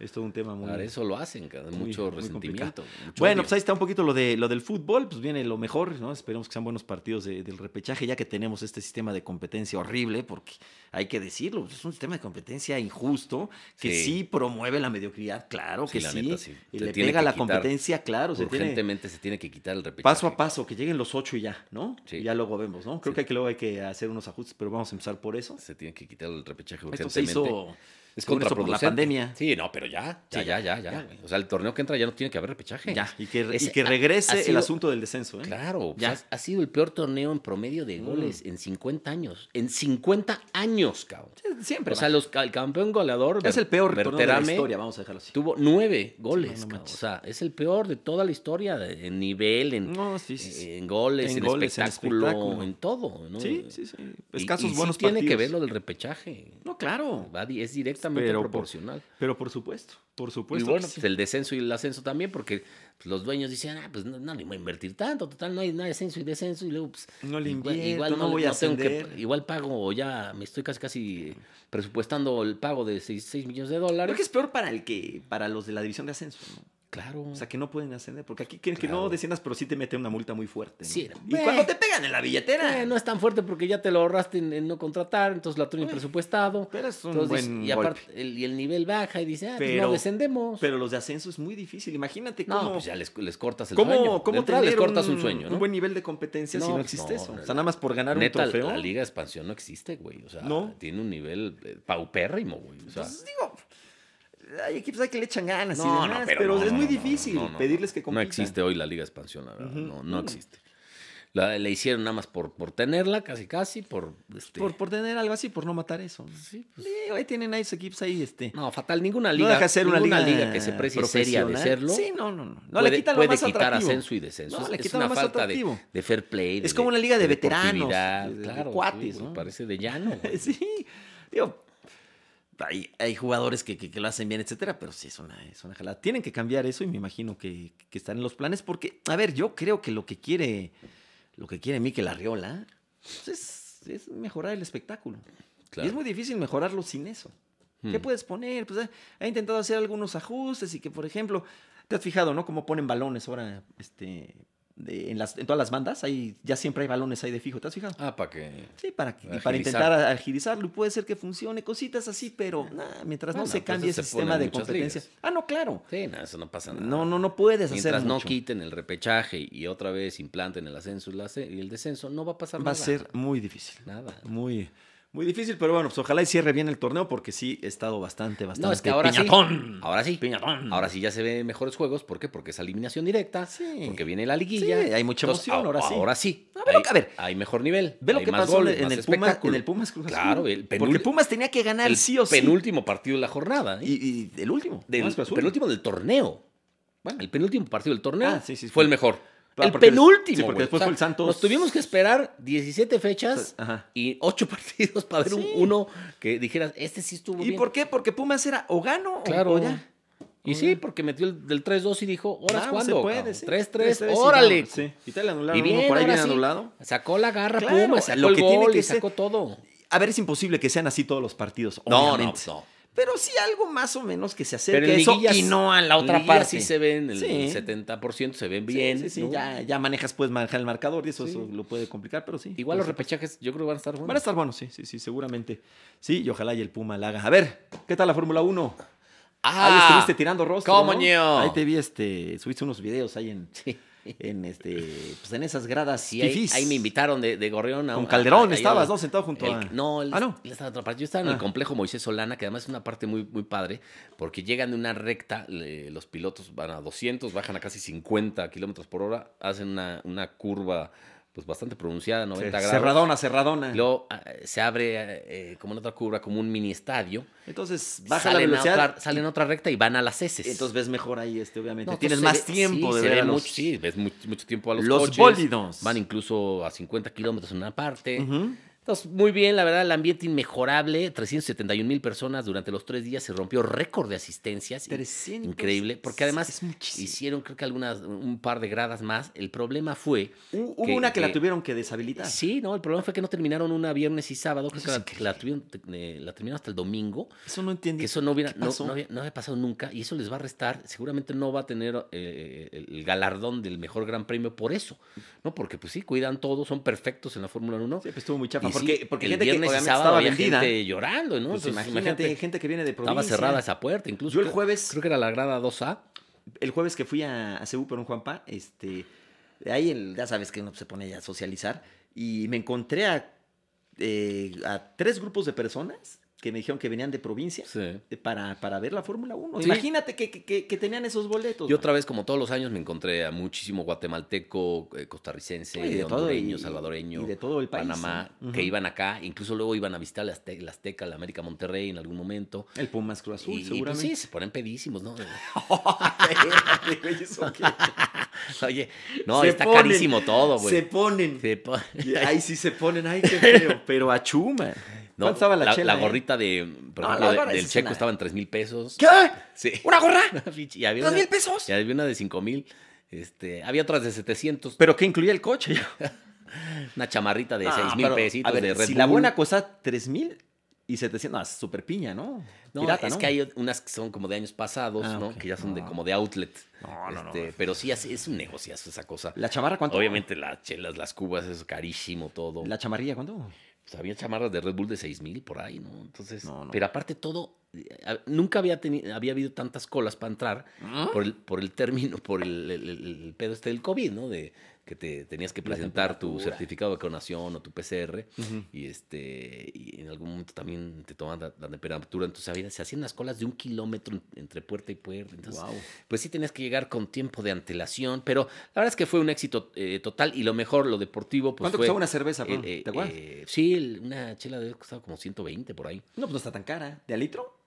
Es todo un tema muy.
Para eso lo hacen, cabrón,
muy-
mucho
muy
resentimiento. mucho
Bueno,
odio.
pues ahí está un poquito lo, de, lo del fútbol, pues viene lo mejor, ¿no? Esperemos que sean buenos partidos de- del repechaje, ya que tenemos este sistema de competencia horrible, porque hay que decirlo, pues, es un sistema de competencia injusto, que
Sí.
sí, promueve la mediocridad, claro
Sí,
que
la
sí,
neta, sí.
y
Se
le
tiene
pega
que
la
quitar
competencia, claro, se tiene
urgentemente se tiene que quitar el repechaje.
paso a paso, que lleguen los ocho y ya, ¿no?
Sí.
Y ya luego vemos, ¿no? Creo
Sí.
que, hay que luego hay que hacer unos ajustes, pero vamos a empezar por eso.
Se tiene que quitar el repechaje
Esto se
urgentemente.
hizo...
es
según esto, por la
contraproducente.
pandemia.
Sí, no, pero ya, ya,
Sí,
ya,
ya,
ya, ya.
ya.
güey. O sea, el torneo que entra ya no tiene que haber repechaje.
Ya, y que, y
Ese
que
ha- ha
regrese el
sido-
asunto del descenso, ¿eh?
Claro, pues,
Ya. Mm.
has- ha sido el peor torneo en promedio de goles en 50 años. En 50 años, cabrón.
Sí, Siempre.
O sea,
va.
los, ca- el campeón goleador
es el peor torneo de la
Berterame,
historia, vamos a dejarlo así.
Tuvo nueve goles,
no
cabrón. O
manches.
sea, es el peor de toda la historia de- en nivel, en,
No, sí, sí. sí.
en goles, en,
En goles, en
espectáculo,
espectáculo.
en todo. Eh, ¿no?
Sí, sí, sí.
Y-
Escasos
y sí
buenos
tiene
partidos.
que ver lo del repechaje.
No, claro.
Va di- es directamente
Pero por-
proporcional.
Pero por supuesto, por
y
supuesto.
bueno,
que sí.
pues el descenso y el ascenso también, porque pues, los dueños dicen, ah, pues no, no le voy a invertir tanto, total, no hay, no hay ascenso y descenso, y luego, pues,
No le
igual-
invierto,
igual
no
le-
voy a
tengo que-
ascender.
igual pago, ya me estoy casi, casi presupuestando el pago de 6, millones de
Creo
dólares.
que es peor para el que para los de la división de ascenso, ¿no?
Claro.
O sea, que no pueden ascender, porque aquí quieren que
Claro.
no desciendas, pero sí te mete una multa muy fuerte. ¿no?
Sí,
y
ve.
cuando te pegan en la billetera.
Eh, no es tan fuerte porque ya te lo ahorraste en, en no contratar, entonces lo tienen
Bueno,
presupuestado.
pero es un
Entonces,
buen
y aparte,
golpe.
el, y el nivel baja y dice, ah, pues,
Pero-
no descendemos.
Pero los de ascenso es muy difícil. Imagínate
no,
cómo,
pues ya les, les cortas el
cómo,
sueño.
cómo
De entrada les
tener
cortas un,
un,
sueño, ¿no?
un buen nivel de competencia
No,
si no
pues
existe
no,
eso.
no,
O sea,
no.
nada más por ganar
Neta,
un trofeo.
la Liga de Expansión no existe, güey. O sea,
No.
tiene un nivel eh, paupérrimo, güey. O sea,
Pues digo, hay equipos hay que le echan ganas y
No,
demás,
no, pero
pero,
no,
es
no,
muy
no, no,
difícil
no, no,
pedirles que
no
compitan.
existe hoy la Liga de Expansión, la verdad.
Ujú.
No, no
Mm.
existe. La, la hicieron nada más por, por tenerla, casi, casi, por... Este,
Por, por tener algo así, por no matar eso.
sí, pues,
Digo, ahí tienen a esos equipos ahí, este.
No, fatal. Ninguna
no
liga,
deja de ser una
ninguna
liga,
liga que se precie seria de
profesional.
serlo.
Sí, no, no, no. No
puede,
le quitan
puede
lo más
quitar
atractivo.
ascenso y descenso.
No, le
es
quitan
una
lo más
falta de,
atractivo.
de fair play.
Es como una liga de veteranos,
deportividad,
de- de- de
claro, sí,
cuates,
güey,
¿no?
Parece de llano. güey.
sí, digo. Hay, hay jugadores que, que- que lo hacen bien, etcétera, pero sí es una, es una jalada. Tienen que cambiar eso y me imagino que, que están en los planes porque, a ver, yo creo que lo que quiere, lo que quiere Mikel Arriola pues, es, es mejorar el espectáculo.
Claro.
Y es muy difícil mejorarlo sin eso. ¿Qué
Hmm.
puedes poner? Pues ha, ha intentado hacer algunos ajustes y que, por ejemplo, te has fijado, ¿no? Cómo ponen balones ahora, este, de- en, las, en todas las bandas, hay, ya siempre hay balones ahí de fijo, ¿te has fijado?
Ah, para que...
Sí, para, que- y
Agilizar.
para intentar a- agilizarlo y puede ser que funcione, cositas así, pero nah, mientras
Eh, Bueno,
no se
pues
cambie
eso
ese
se pone
sistema
en
de
muchas
competencia.
ligas.
Ah, no, claro.
Sí, no, eso no pasa nada.
No, no, no puedes hacer
Mientras no
mucho.
quiten el repechaje y otra vez implanten el ascenso y la ce- y el descenso, no va a pasar
Va a
nada.
ser muy difícil.
nada.
Muy, Muy difícil, pero bueno, pues ojalá y cierre bien el torneo porque sí he estado bastante, bastante
No, es que ahora sí.
piñatón.
Ahora sí.
Piñatón.
Ahora sí ya se ven mejores juegos. ¿Por qué? Porque es eliminación directa.
Ah, Sí.
Porque viene la liguilla.
Sí, hay mucha emoción,
a-
ahora sí.
Ahora sí.
A ver,
Hay-
a ver.
Hay mejor nivel.
Ve lo
hay
que
más
pasó
goles,
en,
más
el Puma-
espectáculo.
en el Pumas Cruz Azul.
Claro, el penúltimo.
Porque Pumas tenía que ganar
el
sí o sí.
penúltimo partido de la jornada. ¿eh?
Y, y el último.
Del-
Pumas Cruz Ah, Azul.
penúltimo del torneo.
Bueno.
el penúltimo partido del torneo
Ah, sí, sí, sí.
fue el mejor.
Ah,
el
porque des-
penúltimo.
sí, porque
güey.
después fue el Santos.
Nos tuvimos que esperar 17 fechas
Ajá.
y 8 partidos para ver un-
Sí.
uno que dijeras, este sí estuvo
¿Y
bien.
por qué? Porque Pumas era o gano o-
Claro.
o ya.
Y sí, porque metió el del 3-2 y dijo, ¿horas
Ah,
cuándo?
se puede,
cabrón?
sí.
3-3,
y
órale.
gano. Sí. Y tal, anularon
Y
uno
bien,
por ahí
ahora
bien
sí.
anulado.
Sacó la garra
Claro,
Puma,
o sea,
sacó
lo
el
que
gol
tiene que
y
ser-
sacó todo.
A ver, es imposible que sean así todos los partidos,
No, no,
obviamente.
no.
Pero sí algo más o menos que se acerque
Pero
a
en
eso
liguillas-
y no a la otra
en liguillas
parte.
sí se ven, el
Sí.
70% se ven
Sí,
bien.
sí, sí,
¿no?
ya, ya manejas, puedes manejar el marcador y eso,
Sí.
eso lo puede complicar, pero sí.
Igual los
Pues,
repechajes yo creo que van a estar buenos.
Van a estar buenos, sí, sí, sí, seguramente. Sí, y ojalá y el Puma la haga. A ver, ¿qué tal la Fórmula 1? ahí
Ah,
estuviste tirando rostro,
¿cómo
¿no?
ño?
Ahí te vi, este, subiste unos videos ahí en, en este, pues en esas gradas
Sí, ahí,
fifís.
ahí me invitaron de, de Gorrión. a-
Con
a-
Calderón
a-
estabas,
ahí a-
¿no? Sentado junto
el-
a-
No, él,
Ah, no.
él estaba en otra parte. Yo estaba en
Ah.
el complejo Moisés Solana, que además es una parte muy, muy padre, porque llegan de una recta, le- los pilotos van a 200, bajan a casi 50 kilómetros por hora, hacen una, una curva pues bastante pronunciada, 90 grados.
Cerradona, cerradona.
Y Luego ah, se abre eh, como en otra curva, como un mini estadio.
Entonces, baja la
salen, a
velocidad.
otra, salen a otra recta y van a las heces.
Entonces ves mejor ahí, este, obviamente.
No,
Tienes más
entonces se ve-
tiempo
sí,
de
se
ver
ve
a los...
mucho, sí, ves mu- mucho tiempo a los,
los
coches.
bólidos.
Van incluso a 50 kilómetros en una parte.
Ujú.
Entonces, muy bien, la verdad, el ambiente inmejorable. 371 mil personas durante los tres días se rompió récord de asistencias.
300.
Increíble, porque además
Es muchísimo.
hicieron creo que algunas, un par de gradas más. El problema fue,
Hu- Hubo
que-
una que, la
que-
tuvieron que deshabilitar.
sí, no, el problema fue que no terminaron una viernes y sábado, creo
Eso
que
es
la, que la tuvieron, eh, la terminaron hasta el domingo,
Eso no entendí.
que eso no hubiera,
¿Qué
no,
pasó?
no había, no había pasado nunca y eso les va a restar, seguramente no va a tener eh, el el galardón del mejor gran premio por eso, ¿no? Porque pues sí, cuidan todo, son perfectos en la Fórmula 1.
Sí, pues estuvo muy chafa.
Y sí,
Porque, porque
el
gente que
viernes y
obviamente
sábado
estaba
había
vendida.
gente llorando, ¿no?
pues
Entonces,
imagínate, gente que viene de provincia.
estaba cerrada esa puerta, incluso.
Yo el
creo-
jueves-
Creo que era la grada 2A.
El jueves que fui a, a CU por un Juanpa, este, ahí el- ya sabes que uno se pone a socializar. Y me encontré a, eh, a tres grupos de personas que me dijeron que venían de provincia
Sí.
eh, para, para ver la Fórmula 1.
Sí.
Imagínate que, que- que- que tenían esos boletos.
Y otra vez, como todos los años, me encontré a muchísimo guatemalteco, eh, costarricense,
No, y de todo,
hondureño,
y-
salvadoreño,
y de todo el país,
Panamá,
¿no? Ujú.
que iban acá. Incluso luego iban a visitar la Azte- la Azteca, la América Monterrey en algún momento.
El Pumas Cruz Azul,
y, y, pues,
seguramente.
sí, se ponen pedísimos, ¿no?
Espérate, güey, ¿eso qué?
Oye, no,
Se
está
ponen,
carísimo todo,
Se
güey.
ponen.
Se po-
Y Ahí sí se ponen, ay, qué feo. Pero a Chuma.
No,
¿Cuánto estaba la, chela, eh?
gorrita de, por
No, la
ejemplo, de-
gorra
del
es
checo
una-
estaba en 3 mil pesos.
¿Qué?
Sí.
¿Una gorra?
Y había
¿Dos
una,
mil pesos?
y había una de 5 mil. Este, había otras de 700.
¿Pero qué incluía el coche?
Una chamarrita de
Ah,
6 mil
pero,
pesitos
a ver,
de Red
si la
Bull.
buena cosa, 3 mil y 700. No, es super piña, ¿no?
No,
Pirata,
es que hay unas que son como de años pasados,
Ah,
¿no?
ok.
Que ya son de,
No.
como de outlet.
No, no, no.
Este, Pero sí, así- es un negociazo esa cosa.
¿La chamarra cuánto?
Obviamente las chelas, las cubas, es carísimo todo.
¿La chamarrilla cuánto?
Pues había chamarras de Red Bull de 6 mil por ahí, ¿no? Entonces,
No, no.
pero aparte todo, eh, a- nunca había tenido, había habido tantas colas para entrar
Ah.
por el, por el término, por el, el- el- el pedo este del COVID, ¿no? De que te tenías que presentar tu
temperatura.
certificado de vacunación o tu PCR y este y en algún momento también te toman la, la temperatura, entonces había- se hacían las colas de un kilómetro en- entre puerta y puerta, entonces
Guau.
pues sí tenías que llegar con tiempo de antelación, pero la verdad es que fue un éxito eh, total y lo mejor, lo deportivo, pues
¿Cuánto
fue
costaba una cerveza?
el,
perdón?
eh,
¿Te acuerdas?
eh, sí, el- una chela de costaba como 120 por ahí.
no, pues no está tan cara. ¿De a litro?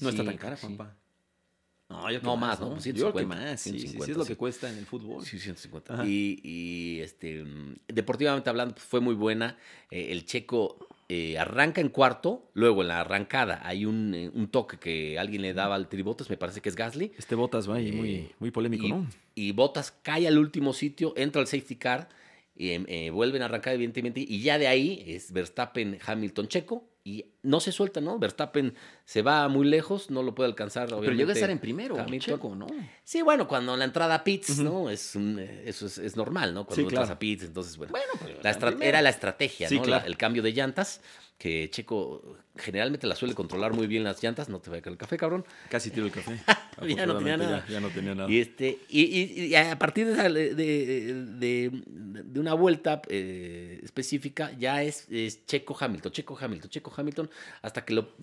No
Sí,
está tan
creo
cara,
que sí.
Juanpa. No, yo
No, más, ¿no? Pues
Yo creo que
150,
más, sí, sí, sí,
150,
es lo
sí.
que cuesta en el fútbol.
Sí, 150.
Ajá.
Y, y, este, mm, deportivamente hablando, pues, fue muy buena. Eh, el checo eh, arranca en cuarto, luego en la arrancada hay un, eh, un toque que alguien le daba al tribotes, me parece que es Gasly.
Este Botas va ahí muy,
Eh,
muy polémico,
y,
¿no?
y Botas cae al último sitio, entra al safety car, eh, eh, vuelven a arrancar, evidentemente, y ya de ahí es Verstappen, Hamilton, Checo, y no se suelta, ¿no? Verstappen se va muy lejos, no lo puede alcanzar, obviamente.
Pero llega a estar en primero,
Hamilton.
Checo, ¿no?
Sí, bueno, cuando la entrada a pits,
Ujú.
¿no? Es un, eh, eso es, es normal, ¿no? Cuando
Sí,
entras
claro.
a pits, entonces, bueno.
Bueno, pues, pero
la estra-
primero.
era la estrategia,
Sí,
¿no? La-
claro.
el cambio de llantas, que Checo generalmente la suele controlar muy bien las llantas, no te vaya a caer el café, cabrón.
Casi tiro el café.
Ya no tenía
Afortunadamente,
nada.
Ya, ya no tenía nada.
Y, este, y, y- y a partir de, esa- de- de- de una vuelta eh, específica, ya es, es Checo Hamilton, Checo Hamilton, Checo Hamilton, hasta que lo,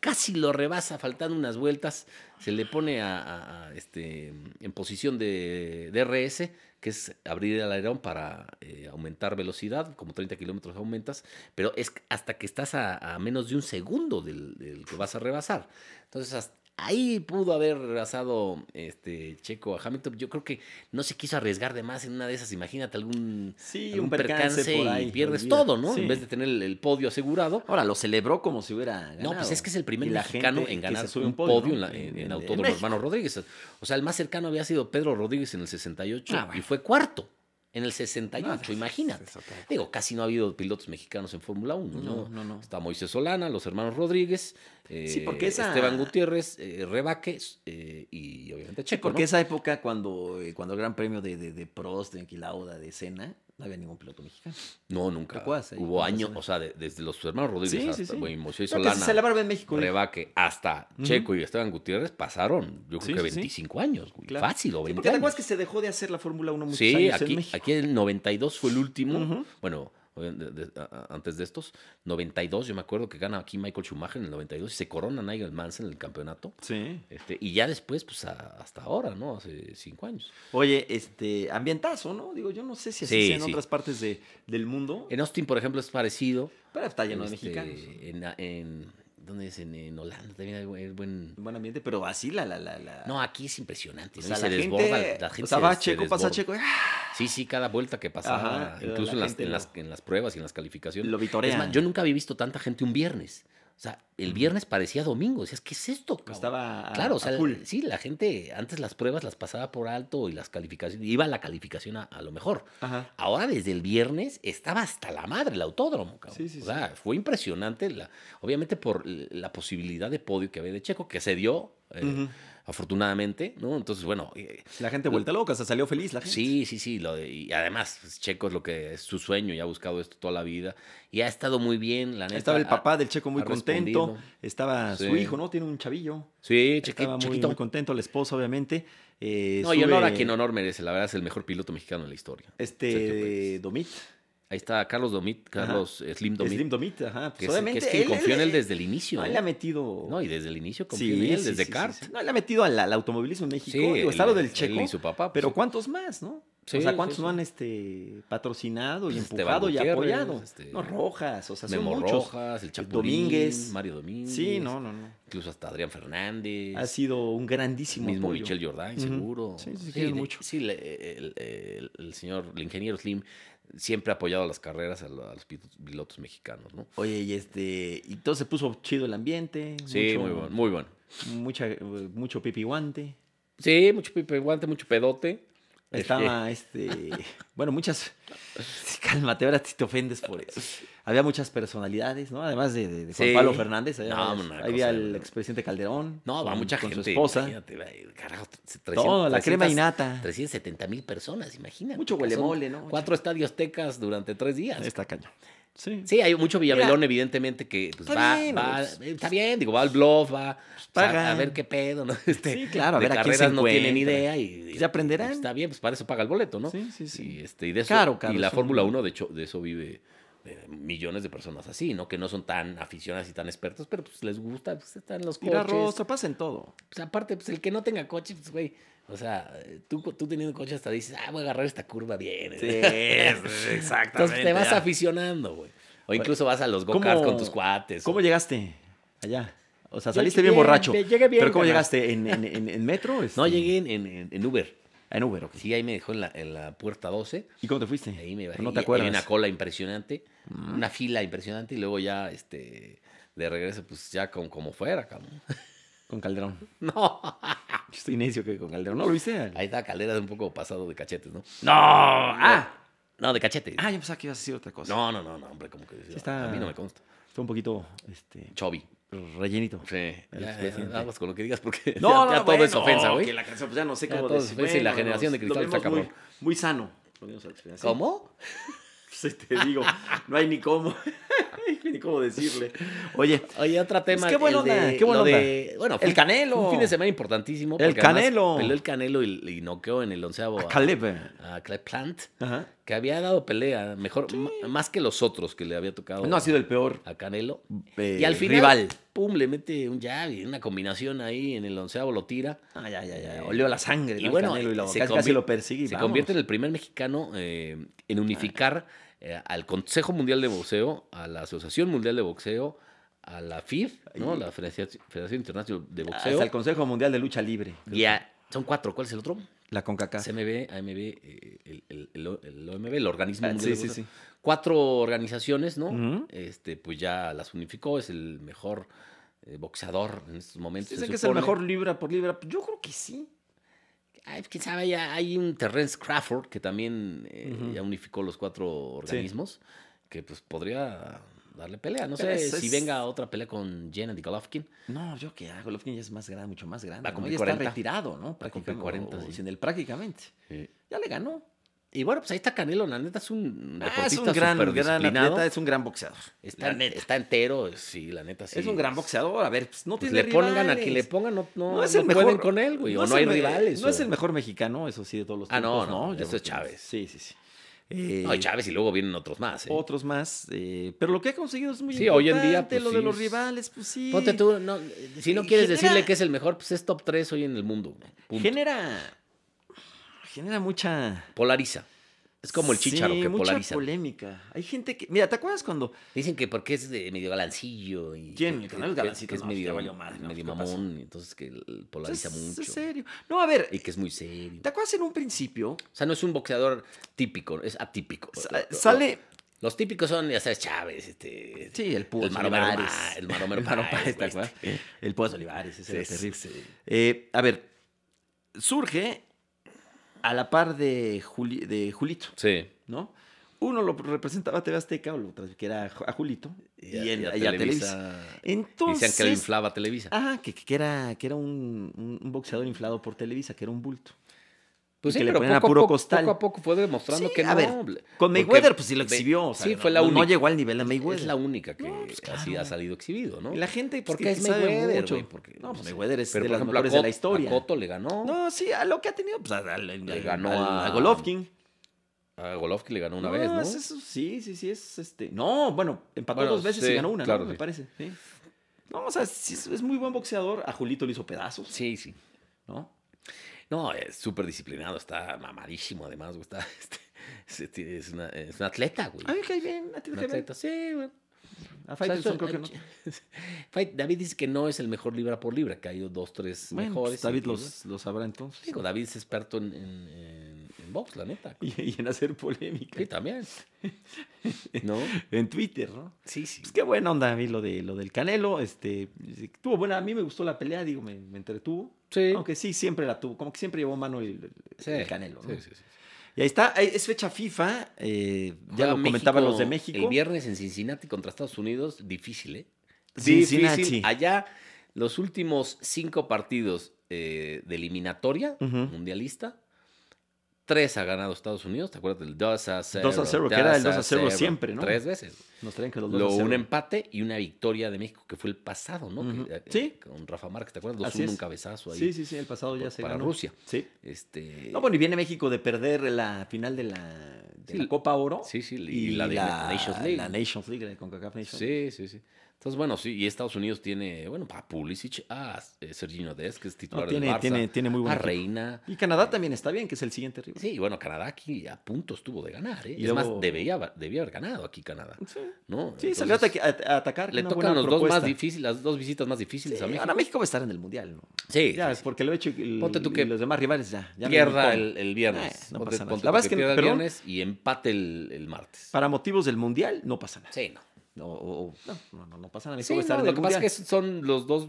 casi lo rebasa, faltando unas vueltas, se le pone a, a- a, este, en posición de DRS, que es abrir el alerón para eh, aumentar velocidad, como 30 kilómetros aumentas, pero es hasta que estás a, a menos de un segundo del, del que vas a rebasar. Entonces, hasta ahí pudo haber rebasado este Checo a Hamilton. Yo creo que no se quiso arriesgar de más en una de esas. Imagínate algún,
Sí,
algún
un percance, por ahí.
y pierdes
olvida.
todo, ¿no?
Sí.
En vez de tener el, el podio asegurado.
Ahora, lo celebró como si hubiera ganado.
No, pues es que es el primer
Y la
mexicano
gente
en
que
ganar
se sube
un,
un
podio,
podio,
en,
¿no?
la- en- en
En- en
Autódromo
México.
Hermano Rodríguez. O sea, el más cercano había sido Pedro Rodríguez en el 68
Ah, bueno.
y fue cuarto en el 68, imagínate.
pues, Es otra cosa.
Digo, casi no ha habido pilotos mexicanos en Fórmula 1, ¿no?
No, no, no.
Está Moisés Solana, los hermanos Rodríguez,
Sí,
eh,
porque esa-
Esteban Gutiérrez, eh, Rebaque eh, y obviamente
Sí,
Checo.
porque
¿no?
esa época, cuando, eh, cuando el gran premio de, de, de Prost, de Enquilauda, de Senna, no había ningún piloto mexicano.
No, nunca.
Recuerdas ahí
Hubo
cuando
años,
se-
o sea, de- desde los hermanos Rodríguez
Sí, sí,
hasta
sí.
güey, Moisés
Creo que
Solana,
se celebraba en México. ¿eh?
Rebaque, hasta
Ujú.
Checo y Esteban Gutiérrez pasaron, yo creo
Sí,
que
sí, sí.
25 años, güey.
Claro.
Fácil, o
Sí,
20
porque te
años.
acuerdas que se dejó de hacer la Fórmula 1 muchos
Sí,
años en
aquí,
México.
aquí el 92 fue el último.
Ujú.
Bueno, de- de- a- a- antes de estos, 92, yo me acuerdo que gana aquí Michael Schumacher en el 92 y se corona Nigel Mansell en el campeonato.
Sí.
Este, y ya después, pues a- hasta ahora, ¿no? Hace cinco años.
Oye, este, ambientazo, ¿no? Digo, yo no sé si así
Sí,
sea en
sí.
otras partes de, del mundo,
En Austin, por ejemplo, es parecido.
pero está lleno
Este,
de mexicanos.
En, en- ¿Dónde es? En, en Holanda también hay buen- buen...
Un buen ambiente, pero así la, la, la, la.
No, aquí es impresionante.
o
¿no?
sea,
Y
la,
se
gente,
desborda, la gente
O sea,
se-
va
se
Checo, pasa
desborda.
Checo, ¡ah!
Sí, sí, cada vuelta que pasaba,
Ajá, la
incluso en las,
gente
en,
lo-
las, en las pruebas y en las calificaciones.
lo
Es
vitorea.
más, yo nunca había visto tanta gente un viernes. O sea, el viernes parecía domingo. Decías, ¿qué es esto? cabrón?".
Estaba a-
claro, o
a
sea,
full.
sí, la gente antes las pruebas las pasaba por alto y las calificaciones, iba la calificación a, a lo mejor.
Ajá.
Ahora desde el viernes estaba hasta la madre el autódromo, cabrón.
Sí, sí, sí.
o sea, fue impresionante, la, obviamente por la posibilidad de podio que había de Checo, que se dio, eh,
Ujú.
afortunadamente, ¿no? Entonces, bueno, eh,
La gente vuelta loca, o sea, salió feliz la gente.
Sí, sí, sí. lo de- y además, pues, Checo es lo que es su sueño y ha buscado esto toda la vida. Y ha estado muy bien, la neta. Ah,
Estaba el
ha-
papá del Checo muy
ha
contento.
respondido.
Estaba
Sí.
su hijo, ¿no? Tiene un chavillo.
sí, Chequi-
Estaba muy,
Chequito.
muy contento, la esposa, obviamente. Eh,
no, y honor a
sube
quien honor merece. La verdad es el mejor piloto mexicano en la historia. Sergio
Este
Pérez.
Domit,
Ahí está Carlos Domit, Carlos Slim Domit.
Slim Domit, ajá. Pues
que, es, que
obviamente
es quien confió en él desde el
no,
inicio.
él
¿eh?
le ha metido.
No, y desde el inicio confió
Sí,
en él,
sí,
desde
sí,
kart.
sí, sí. No, él le ha metido al, al automovilismo en México. Digo, está
él-
lo del
él
Checo.
y su papá. pues,
Pero ¿cuántos más, no?
Sí,
o sea,
sí,
¿cuántos
sí.
no han este, patrocinado y
Pues, Esteban
empujado y
Gutiérrez,
apoyado?
este,
no, Rojas, o sea, son
Memo
muchos.
Rojas, el Chapulín,
Domínguez.
Mario Domínguez.
Sí, no, no, no.
Incluso hasta Adrián Fernández.
Ha sido un grandísimo
mismo
apoyo.
Michel Jordan,
Ujú.
seguro.
Sí, sí, se quieren
de-
mucho.
sí, le- el, el- el señor, el ingeniero Slim, siempre ha apoyado las carreras a, lo- a los pito- pilotos mexicanos, ¿no?
Oye, y este, y todo se puso chido el ambiente.
Sí,
mucho-
muy bueno, muy bueno.
Mucha, eh, mucho pipi guante.
Sí, mucho pipe guante, mucho pedote.
Estaba este. Bueno, muchas. Sí, Cálmate, ahora sí te ofendes por eso. Había muchas personalidades, ¿no? Además de, de- de Juan
Sí.
Pablo Fernández, había,
No,
varias-
una
ahí había
cosa,
el
¿no?
expresidente Calderón.
No, va
con-
mucha
con
gente.
su esposa.
imagínate, va, carajo,
Todo, la crema y nata.
370 mil personas, imagínate.
Mucho
que son
huelemole, ¿no?
Cuatro estadios tecas durante tres días.
Está cañón. Sí.
Sí, hay mucho Villavellón, evidentemente, que pues,
Está
va,
bien,
va-
pues.
eh, está bien, digo, va al bluff, va o sea,
Pagan.
a ver qué pedo, ¿no? Este,
Sí, claro, a
de
ver a quién se
carreras no tienen
encuentra.
idea y,
Pues
y-
ya aprenderán.
pues, está bien, pues para eso paga el boleto, ¿no?
Sí, sí, sí.
Y, este, y de eso,
Caro, caro,
y la
sí.
Fórmula 1, de hecho, de eso vive eh, millones de personas así, ¿no? Que no son tan aficionadas y tan expertos, pero pues les gusta, pues están los
Tira
coches.
rostro, pasa en todo.
Pues aparte, pues el que no tenga coche, pues güey, o sea, eh, tú, tú teniendo coche hasta dices, ah, voy a agarrar esta curva bien. ¿eh?"
exactamente.
Entonces te vas aficionando, güey. O incluso vas a los
¿Cómo-
go-karts con tus cuates.
¿Cómo llegaste allá? O sea,
Yo
saliste bien,
bien,
borracho.
bien, llegué bien,
¿Pero cómo
carnal.
llegaste? ¿En, en, en- en metro? Este,
No, llegué en, en- en Uber.
En Uber, ok.
Sí, ahí me dejó en la, en la puerta 12.
¿Y cómo te fuiste?
Ahí me bajé.
No
y-
te
y
acuerdas.
había una cola impresionante, una fila impresionante, y luego ya, este, de regreso, pues ya con como fuera, cabrón.
Con Calderón.
No.
Yo estoy necio que con Calderón. ¿No lo viste?
Ahí está Calderas un poco pasado de cachetes, ¿no?
¡No! ¡Ah!
No, de cachetes.
Ah, yo pensaba que ibas a decir otra cosa.
No, no, no, no, hombre, como que
está-
a mí no me consta.
Está un poquito este,
Chobi.
rellenito.
Sí.
El
Ya,
presidente.
ya, aguas con lo que digas
No,
porque ya,
no,
ya
no,
todo es
bueno,
ofensa, güey.
que la canción, pues ya no sé
Ya
cómo
todo es
decir.
ofensa y la generación de
nos- lo
cristal está
vemos muy-
cabrón.
Muy sano. Lo vemos al cristal, sí.
¿Cómo?
Sí, te digo, no hay ni cómo. Ni cómo decirle. Oye,
Oye, otro tema.
Pues qué buena
el de-
onda, qué buena
lo
onda.
de- bueno,
El Canelo.
Un fin de semana importantísimo.
El
porque además
Canelo.
Peleó el Canelo y, y noqueó en el onceavo a,
Caleb. eh.
a Clay Plant,
Ajá.
que había dado pelea, mejor, ma- más que los otros que le había tocado
No ha sido el peor
a Canelo.
eh,
y al final,
rival.
pum, le mete un jab y una combinación ahí en el onceavo, lo tira.
Ay, ay, ay, ay, Olió la sangre.
Y
¿no? El
bueno,
Canelo y lo-
se
casi,
convi-
casi lo persigue. y
Se
vámonos.
convierte en el primer mexicano eh, en unificar eh, al Consejo Mundial de Boxeo, a la Asociación Mundial de Boxeo, a la FIF, ¿no?
Y-
la Federación Federación Internacional de Boxeo.
Hasta Ah, el Consejo Mundial de Lucha Libre.
Y a- son cuatro, ¿cuál es el otro?
La CONCACAF.
CMB, AMB, eh, el, el- el O- el OMB, el Organismo
Ah,
Mundial
sí,
de
sí,
Boxeo.
sí.
Cuatro organizaciones, ¿no?
Ujú.
Este, pues ya las unificó, es el mejor eh, boxeador en estos momentos.
Dicen
se
que es el
supone.
mejor libra por libra. Pues Yo creo que sí.
Ay, quién sabe, ya hay un Terrence Crawford que también eh,
Ujú.
ya unificó los cuatro organismos, que pues podría darle pelea. No
Pero
sé
eso
si
es-
venga otra pelea con Gennady Golovkin.
No, yo que hago. Golovkin ya es más grande, mucho más grande.
Va a
¿no?
cumplir
Ya está
40.
retirado, ¿no?
Va a cumplir
Prácticamente,
40,
o
sí.
sin él, prácticamente. Ya le ganó.
Y bueno, pues ahí está Canelo, la neta es un deportista
Ah, es un gran,
superdisciplinado.
gran atleta, es un gran boxeador.
Está,
la neta.
está entero, sí, la neta sí.
Es un gran boxeador. A ver, pues, no
Pues
tiene
le pongan a
rivales.
quien le pongan, no, no,
No es
no
el
pueden
mejor-
con él, güey. o
es
no hay
el me-
rivales.
No es
o-
el mejor mexicano, eso sí, de todos los
Ah, no,
tiempos,
no,
Yo
eso
creo
es
que
Chávez.
Sí, sí, sí. Eh,
No, y Chávez y luego vienen otros más. ¿eh?
Otros más. eh, pero lo que ha conseguido es muy
Sí, hoy en
importante.
día, pues,
lo
sí
de los
es-
rivales, pues sí.
Ponte tú, no, si no
Y
quieres
genera-
decirle que es el mejor, pues es top 3 hoy en el mundo. punto.
Genera. Genera mucha.
Polariza. Es como el
Sí,
chicharo que
mucha
polariza.
polémica. Hay gente que. Mira, ¿te acuerdas cuando.?
Dicen que porque es de medio galancillo. Y
¿Quién?
Que,
El canal Galancito,
que es
no, ya
medio,
valió madre, no,
medio
¿qué pasó?
mamón, y entonces que l- polariza
es,
mucho.
es Pues, serio. No, a ver.
Y que es muy serio.
¿Te acuerdas en un principio?
O sea, no es un boxeador típico, es atípico.
Sa-
Pues, Lo- lo-
Sale.
Los típicos son, ya sabes, Chávez, este...
Sí, el Púas
El Maromero
Olivares.
Ma- el Maromero
Maromero
Páez,
¿te acuerdas? El Púas Olivares, ese era
Sí,
terrible.
sí.
Eh, a ver, surge a la par de, Juli- de Julito,
Sí.
¿no? Uno lo representaba a TV Azteca, o lo tra- que era a Julito, y, en, y a Televisa. Entonces,
Dicen que le inflaba Televisa.
ajá, que, que era, que era un, un- un boxeador inflado por Televisa, que era un bulto.
Pues
y
sí,
que le
pero
ponían a
poco
puro
poco-
costal.
Poco a poco fue demostrando
Sí,
que
a
no.
ver,
hombre.
Con
Porque
Mayweather, pues sí lo
ve-
exhibió. o sea,
sí,
no-
fue la
no,
única.
No llegó al nivel de
Es
Mayweather.
la única que
No, pues,
así
claro.
ha salido exhibido, ¿no?
Y La gente, pues,
Porque
que
es
sabe
Mayweather,
mucho.
güey. Porque,
no, pues
sé.
Mayweather es
Pero,
de
por
los
ejemplo, a
mejores de
Cot-
la historia.
A Cotto le ganó.
No, sí, a lo que ha tenido, pues a,
Le ganó a-
Golovkin.
A Golovkin le ganó una vez, ¿no?
es eso, sí, sí, sí, es este. No, bueno, empató
Bueno,
dos veces
sí,
y ganó una,
claro,
¿no? Me
sí.
parece. sí. No, o sea, sí es, es muy buen boxeador. A Julito le hizo pedazos,
Sí, sí.
¿no?
No, es súper disciplinado. Está mamadísimo, además. güey, Está, este, este, es, una, es un atleta, güey.
A mí me cae bien, a ti
un
te cae bien.
atleta, sí, güey.
A
O sea,
Faitelson
eso- eh,
creo que no.
Fight- David dice que no es el mejor libra por libra, que hay dos, tres
Bueno, pues,
mejores.
David
y-
los, los sabrá entonces.
Digo, David es experto en, en, en- en box, la neta.
Y, y en hacer polémica.
Sí, también. ¿No?
En Twitter, ¿no?
Sí, sí.
Pues qué buena onda a mí lo, de, lo del Canelo. Este, tuvo buena, a mí me gustó la pelea, digo, me, me entretuvo.
Sí.
Aunque sí, siempre la tuvo, como que siempre llevó mano el, el-
Sí,
el Canelo, ¿no?
sí, sí, sí.
Y ahí está, ahí es fecha FIFA, eh, ya
Juega
lo comentaban los de México.
El viernes en Cincinnati contra Estados Unidos, difícil, ¿eh?
Cincinnati.
Difícil. Allá, los últimos cinco partidos eh, de eliminatoria
Ujú.
mundialista, tres ha ganado Estados Unidos, ¿te acuerdas del 2 a 0?
2 a 0, que era el 2 a 0 siempre, ¿no?
Tres veces.
Nos traen que los dos
Lo,
a cero.
un empate y una victoria de México, que fue el pasado, ¿no?
Ujú.
Que, eh,
Sí.
Con Rafa Márquez, ¿te acuerdas?
Así
2-1, un
es.
cabezazo ahí.
Sí, sí, sí, el pasado ya
por-
se
para
ganó.
Rusia.
Sí.
Este,
No, bueno, y viene México de perder la final de la, de
Sí,
la Copa Oro.
sí, sí, y la de Nations
pues,
League.
La Nations League, la de CONCACAF Nations
Sí, sí, sí. Entonces, bueno, sí, y Estados Unidos tiene, bueno, a Pulisic, a Sergino Dez, que es
No,
titular del
tiene,
Barça, Ah,
tiene, tiene muy
a
buena.
Reina.
Y Canadá también está bien, que es el siguiente rival.
Sí, y bueno, Canadá aquí a punto estuvo de ganar, ¿eh?
Y
es
luego-
más, debía, debía haber ganado aquí Canadá,
Sí.
¿no?
Sí,
Entonces,
salió a, ataque- a- a atacar.
Le
una
tocan
buena
los
propuesta.
dos más difíciles, las dos visitas más difíciles
Sí,
a México.
Ahora México va a estar en el Mundial, ¿no?
Sí,
Ya,
sí,
es porque lo he hecho el-
Ponte tú que
y los demás rivales ya. ya me
pierda
dijo.
el, el viernes.
Eh, no
Ponte-
pasa nada.
ponte
La
tú
verdad es que,
pierda el
perdón.
viernes y empate el, el martes.
Para motivos del Mundial, no pasa nada.
Sí, no.
No, o- o- no, no, no, no pasa nada. México
Sí,
va a estar
no,
en
lo
el
que pasa
Mundial.
es que son los dos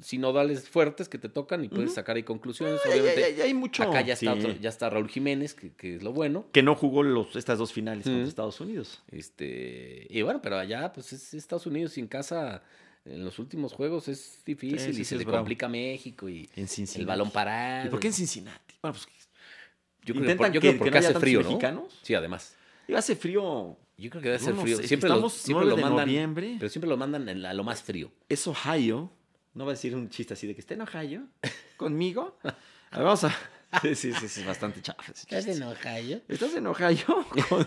sinodales fuertes que te tocan y puedes sacar ahí conclusiones.
Ay, ay,
obviamente,
ay, hay mucho.
Acá ya está,
sí,
otro- ya está Raúl Jiménez, que, que es lo bueno.
Que no jugó los, estas dos finales contra
Mm.
Estados Unidos.
Este, y bueno, pero allá, pues es Estados Unidos sin casa. En los últimos juegos es difícil
Sí, sí,
y
sí,
se
es
le
bravo.
complica a México y
En Cincinnati.
el balón parado.
¿Y por qué en Cincinnati? Bueno, pues
Yo creo que
intentan
por-
que-
yo creo que
que no haya
porque hace
tantos
frío, ¿no?
mexicanos?
Sí, además.
Digo, hace frío.
Yo creo que debe ser
no
frío.
sé,
siempre lo,
estamos
siempre
9
lo
de
mandan.
noviembre.
Pero siempre lo mandan en la- a lo más frío.
Es Ohio. No va a decir un chiste así de que está en Ohio conmigo. A ver, vamos a. Sí, sí, sí, sí, es bastante chafa. ese chiste.
Ohio?
¿Estás en Ohio? Con-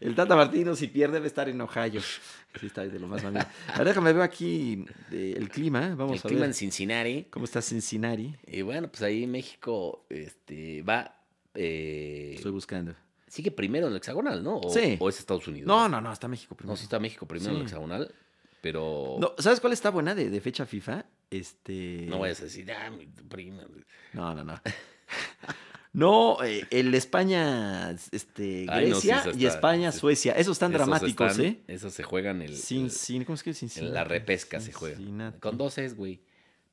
El Tata Martino, si pierde, debe estar en Ohio. Sí, está de lo más malo. A ver, déjame ver aquí eh, el clima. Vamos
el
a
clima
ver
en Cincinnati.
cómo está Cincinnati.
Y bueno, pues ahí México este, va. eh,
Estoy buscando.
sigue primero en el hexagonal, ¿no? O,
Sí.
o es Estados Unidos.
No, no, no, está México primero.
No, sí está México primero en el
Sí.
hexagonal, pero
No,
no,
¿Sabes cuál está buena de, de fecha FIFA? Este.
vayas a decir, ah, mi prima.
No, no, no. No, eh, el España, este, Grecia
Ay, no, sí, eso
y
está-
España,
sí.
Suecia. Esos están
Esos
dramáticos,
están-
¿eh?
Esos se juegan el,
Sin,
el-
sin, ¿Cómo es que es sin,
en la repesca se
juega.
juega. Con dos es, güey.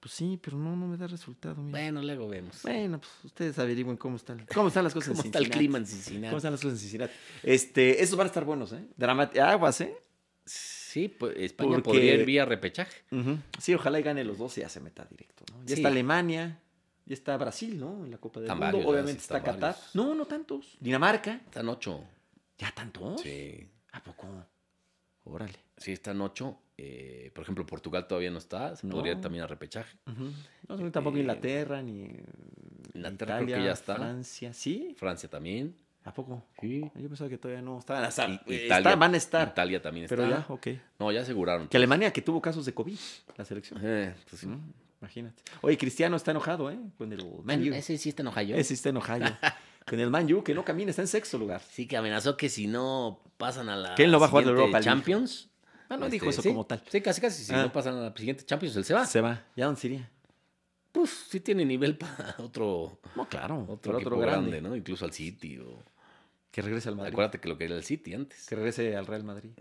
Pues sí, pero no, no me da resultado. Mira.
Bueno, luego vemos.
Bueno, pues ustedes averigüen cómo están, cómo están las cosas
¿Cómo
en
está el
Cincinnati.
clima en Cincinnati?
¿Cómo están las cosas en Cincinnati? Este, esos van a estar buenos, ¿eh? Dramati- aguas, ¿eh?
Sí, pues España
Porque-
podría ir vía repechaje.
Ujú. Sí, ojalá y gane los dos y ya se meta directo, ¿no? Ya
Sí.
está Alemania, ya está Brasil, ¿no? En la Copa del
Están
Mundo.
varios, ¿verdad?
Obviamente
Sí,
está
están
Qatar.
varios.
No, no tantos. Dinamarca.
Están ocho.
¿Ya tantos?
Sí.
¿A poco? Órale.
Sí, están ocho. Eh, por ejemplo, Portugal todavía no está. Se
No.
podría ir también a repechaje.
No, no, tampoco
Eh,
Inglaterra, ni
Inglaterra
Italia,
creo que ya está.
Francia. ¿Sí?
Francia también.
¿A poco?
Sí.
Yo pensaba que todavía no estaban. O sea,
I-
eh,
Italia-
están- van a estar.
Italia también
pero
está.
ya, ok.
No, ya aseguraron.
Que Alemania que tuvo casos de COVID, la selección.
Eh, pues sí. Ah,
Mm, Imagínate. Oye, Cristiano está enojado, ¿eh? Con el Man U.
Ese sí está en Ohio.
Ese está enojado. Con el Man U, que no camina, está en sexto lugar.
Sí, que amenazó que si no pasan a la
Que él no va a jugar la
siguiente
Europa League.
Champions.
Ah, no
este,
dijo eso
sí,
como tal.
Sí, casi, casi. Si
Ah.
no pasan a la siguiente Champions, él se va.
Se va. ¿Ya dónde sería?
Pues sí tiene nivel para otro,
No, claro.
otro,
pero
equipo grande. ¿no? Incluso al City. O...
Que regrese al Madrid.
Acuérdate que lo que era el City antes.
Que regrese al Real Madrid.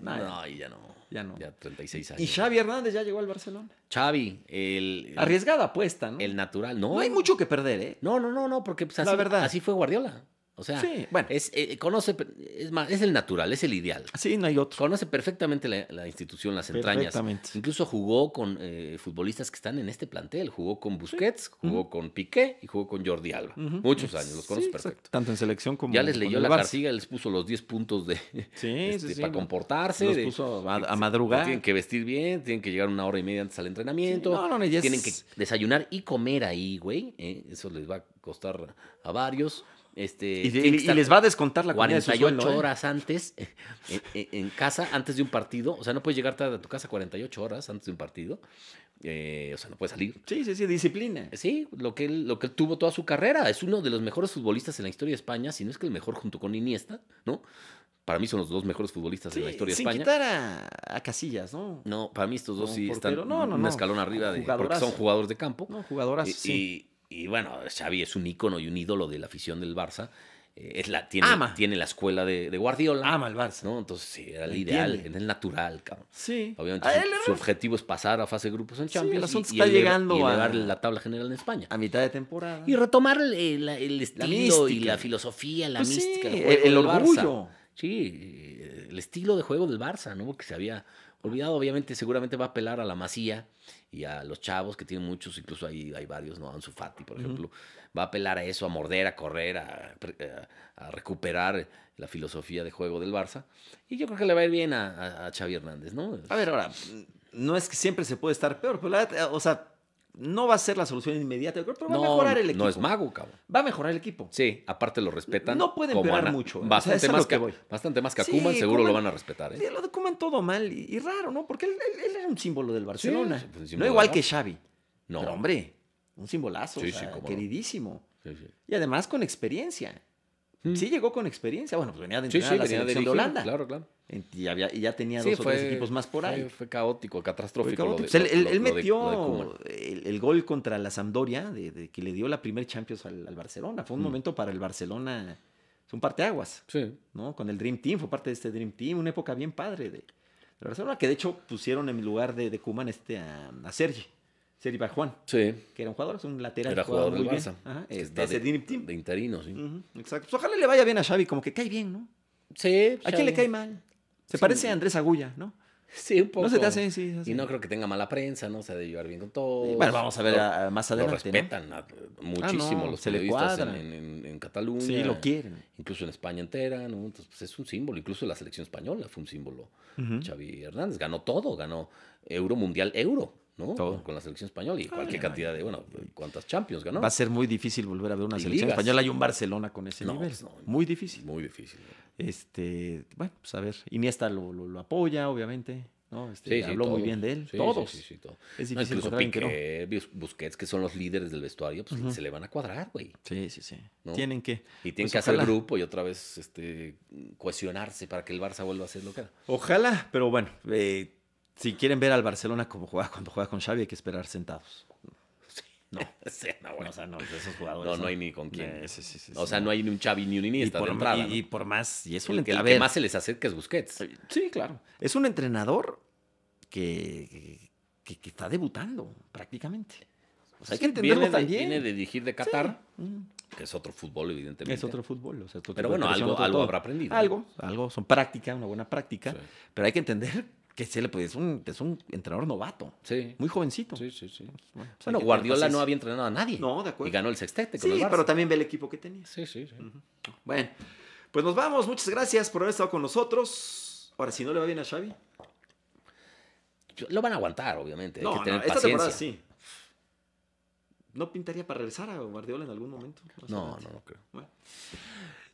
Nah,
No, y ya no.
Ya no.
Ya 36 años.
Y Xavi Hernández ya llegó al Barcelona.
Xavi, el, el,
Arriesgada apuesta, ¿no?
el natural. No,
No hay mucho que perder, ¿eh?
No, no, no, no, porque pues,
La
así,
verdad.
así fue Guardiola. O sea,
Sí, bueno.
es, eh, conoce, es más, es el natural, es el ideal.
Sí, no hay otro.
Conoce perfectamente la, la institución, las entrañas.
Perfectamente.
Incluso jugó con eh, futbolistas que están en este plantel. Jugó con Busquets, jugó con Piqué y jugó con Jordi Alba.
Ujú.
Muchos años, los conoce
Sí,
perfecto.
exacto. Tanto en selección como
Ya les
con
leyó
el
la
Barça.
cartilla, les puso los 10 puntos de
Sí,
este,
sí, sí.
para
los-
comportarse.
los
de-
puso a, a
Sí, sí.
madrugar.
Tienen que vestir bien, tienen que llegar una hora y media antes al entrenamiento.
Sí, no, no, no, ya es-
Tienen que desayunar y comer ahí, güey. ¿eh? Eso les va a costar a varios. Este,
Y, de-
tienen que
y
estar
les va a descontar la comida de su
48
sueldo, ¿eh?
horas antes en, en- en casa, antes de un partido. O sea, no puedes llegar tarde a tu casa 48 horas antes de un partido. Eh, o sea, no puedes salir.
Sí, sí, sí, disciplina.
Sí, lo que, él, lo que él tuvo toda su carrera. Es uno de los mejores futbolistas en la historia de España, si no es que el mejor junto con Iniesta, ¿no? Para mí son los dos mejores futbolistas
Sí,
en la historia de
sin
España.
quitar a, a Casillas, ¿no?
No, para mí estos dos
Como
sí están
portero. No, no,
un
no.
escalón arriba de porque
Jugadorazo.
son jugadores de campo.
No, jugadoras,
y,
sí.
y- y bueno, Xavi es un ícono y un ídolo de la afición del Barça. Eh, es la, tiene,
Ama.
tiene la escuela de, de Guardiola.
Ama al Barça.
¿no? Entonces sí, era el
Entiende.
ideal, era el natural, cabrón.
Sí.
Obviamente
A,
su,
Ah, él era-
su objetivo es pasar a fase de grupos en
Sí,
Champions
el asunto
y,
está
y elevar-
llegando
y
a- Ah.
elevar la tabla general en España.
a mitad de temporada.
Y retomar el, el estilo y
mística.
la filosofía, la
Pues sí,
mística.
el,
juego
el
del Barça.
orgullo.
Sí, eh, el estilo de juego del Barça, ¿no? Que se había olvidado, obviamente, seguramente va a apelar a la Masía y a los chavos que tienen muchos, incluso ahí hay varios, ¿no? Ansu Fati, por
Ujú.
ejemplo, va a apelar a eso, a morder, a correr, a, pre- a- a recuperar la filosofía de juego del Barça. Y yo creo que le va a ir bien a, a- a Xavi Hernández, ¿no?
A ver, ahora, no es que siempre se puede estar peor, pero la verdad, eh, o sea, no va a ser la solución inmediata, yo creo, pero va
no,
a mejorar el equipo.
no es mago, cabrón.
Va a mejorar el equipo.
Sí, aparte lo respetan.
No pueden
como
empeorar
a na-
mucho, ¿eh? O sea,
Bastante,
es a lo
más
que
que,
voy.
bastante más que a
Sí,
Koeman, seguro
Koeman-
lo van a respetar. ¿eh?
Y Lo coman todo mal y, y raro, ¿no? Porque él, él- él era un símbolo del Barcelona.
sí, fue un
no
símbolo
igual
del
que
Barça.
Xavi.
No.
Pero, hombre, un simbolazo,
Sí,
o sea,
sí, cómo no.
queridísimo.
Sí, sí.
Y además con experiencia.
Mm.
Sí llegó con experiencia. Bueno, pues venía de
Sí,
entrenar
sí,
a la
venía
selección de
dirigir,
Holanda.
Claro, claro.
En- Y, había- y ya tenía dos o tres equipos más por ahí.
Fue, fue caótico, catastrófico.
Oye,
lo
cabrón,
de-
pues él,
lo-
él-
lo-
él
lo de- lo de
metió
Koeman.
el, el gol contra la Sampdoria, de, de que le dio la primer Champions al, al Barcelona. Fue un
Mm.
momento para el Barcelona, es un parteaguas,
Sí.
¿no? Con el Dream Team, fue parte de este Dream Team, una época bien padre de, de Barcelona, que de hecho pusieron en lugar de, de Koeman este a, a Sergi, Sergi Juan,
Sí.
que era un jugador, es un lateral.
Era
que jugaba
jugador del
muy bien.
Barça.
Ajá,
que
este,
está
ese
de,
Dream Team.
de interino, sí.
Ujú, exacto. Pues ojalá le vaya bien a Xavi, como que cae bien, ¿no?
Sí.
¿A quién le cae mal? Se
Sí.
parece a Andrés Agulla, ¿no?
Sí, un poco.
No se te hace, sí. sí.
Y no creo que tenga mala prensa, ¿no? Se ha de llevar bien con todo.
Bueno, vamos a ver a- a- más
Lo
adelante. ¿no? Ah,
respetan a- muchísimo
no,
los
se le
periodistas en,
cuadra.
en- en- en Cataluña.
Sí, lo quieren.
Incluso en España entera, ¿no? Entonces, pues, es un símbolo. Incluso la selección española fue un símbolo.
Ujú.
Xavi Hernández ganó todo, ganó Euro Mundial Euro, ¿no?
Todo.
Con la selección española y cualquier
no,
cantidad de, bueno, cuántas Champions ganó.
Va a ser muy difícil volver a ver una
Y
selección
ligas.
española y un Barcelona con ese
No,
nivel.
pues no.
Muy difícil.
Muy difícil. ¿no?
Este, bueno, pues a ver, Iniesta lo, lo- lo apoya, obviamente. ¿no? Este,
Sí, sí,
habló muy
todos.
bien de él.
Sí,
todos.
Sí, sí, sí, todos.
Es difícil
No, incluso
encontrar alguien que no.
Piqué, Bus- Busquets, que son los líderes del vestuario, pues se le van a cuadrar, güey.
Sí, sí, sí.
¿No?
Tienen que.
Y tienen
Pues
que hacer
ojalá.
grupo y otra vez este, cohesionarse para que el Barça vuelva a ser lo que era.
Ojalá, pero bueno, eh, si quieren ver al Barcelona como juega cuando juega con Xavi, hay que esperar sentados.
No, o sea, no, güey.
O sea, no, de esos
no,
jugadores.
no hay ni con quién.
Eh, sí, sí, sí,
o
sí,
sea, no hay ni un Xavi ni un
y
Iniesta
por,
de entrada.
y-
¿no?
y por más, y es un
el que, el
a
que
ver,
más se les acerca es Busquets.
Sí, claro. Es un entrenador que, que- que, que está debutando prácticamente. O sea, pues hay que entenderlo
viene
también.
De, viene de dirigir de Qatar,
Mm.
que es otro fútbol, evidentemente.
Es otro fútbol. o sea, otro
Pero
tipo de
bueno,
presión,
algo,
otro
algo
todo.
habrá aprendido. ¿no?
Algo, algo. Son práctica, una buena práctica.
Sí.
Pero hay que entender que se le puede, es, un, es un entrenador novato,
Sí.
muy jovencito.
Sí, sí, sí.
Bueno, pues hay
Bueno,
que
Guardiola
tener
no
paciencia.
había entrenado a nadie.
No, de acuerdo.
Y ganó el sextete con
Sí,
el Barça.
pero también ve el equipo que tenías.
Sí, sí, sí.
Bueno, pues nos vamos. Muchas gracias por haber estado con nosotros. Ahora, si no le va bien a Xavi.
Yo- Lo van a aguantar, obviamente. Hay
no,
que tener
no, esta
paciencia.
temporada sí. ¿No pintaría para regresar a Guardiola en algún momento? Más
No,
adelante.
no, no creo.
Bueno.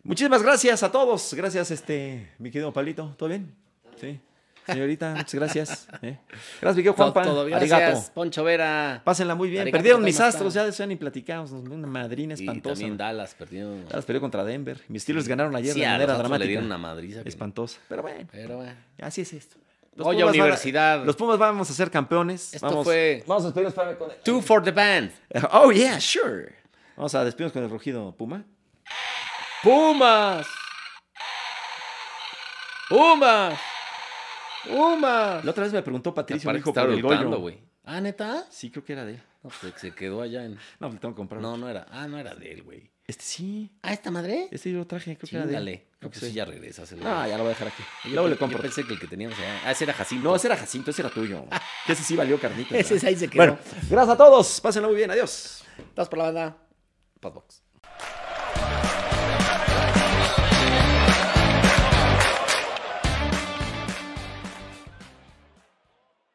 Muchísimas gracias a todos. Gracias, este, mi querido Palito. ¿Todo bien? Sí. Señorita, muchas gracias. ¿eh? Gracias, mi querido Juanpa.
Todo- todo bien.
Arigato.
Gracias, Poncho Vera.
Pásenla muy bien.
Arigato,
Perdieron mis
¿cómo
astros,
está?
ya de eso ya ni platicamos. Nos dio una madrina
Y
espantosa.
también Dallas perdió.
Ya las perdió contra Denver. Mis Steelers ganaron ayer
Sí,
de
a
manera
nosotros
dramática.
Le dieron una madriza. que-
Espantosa. Pero bueno,
Pero bueno.
así es esto.
Oye,
Pumas van a-
universidad.
los Pumas vamos a ser campeones.
Esto
vamos,
fue-
Vamos a despedirnos para- con el-
Two for the band.
Oh, yeah, sure. Vamos a despedirnos con el rugido Puma.
Pumas. Pumas. Pumas.
La otra vez me preguntó Patricio, me
Aparte
dijo
está
por el
eructando,
Goyo.
güey. Ah, ¿neta?
Sí, creo que era de él.
No, pues se quedó allá en...
No, pues le tengo que comprar.
No, no era. Ah, no era de él, güey.
Este sí.
¿Ah, esta madre?
Este yo lo traje, creo que era de él.
Chingale. Creo
No
que
sé.
sí ya regresas. el
Ah,
güey.
ya lo voy a dejar aquí.
Yo
Luego
pe-
le compro.
Yo pensé que el que teníamos allá... Ah, ese era Jacinto.
No, ese era Jacinto, ese era tuyo. Que ese sí valió carnita.
Ese es ahí se quedó.
Bueno, gracias a todos. Pásenlo muy bien. Adiós.
Estás por la banda. Podbox.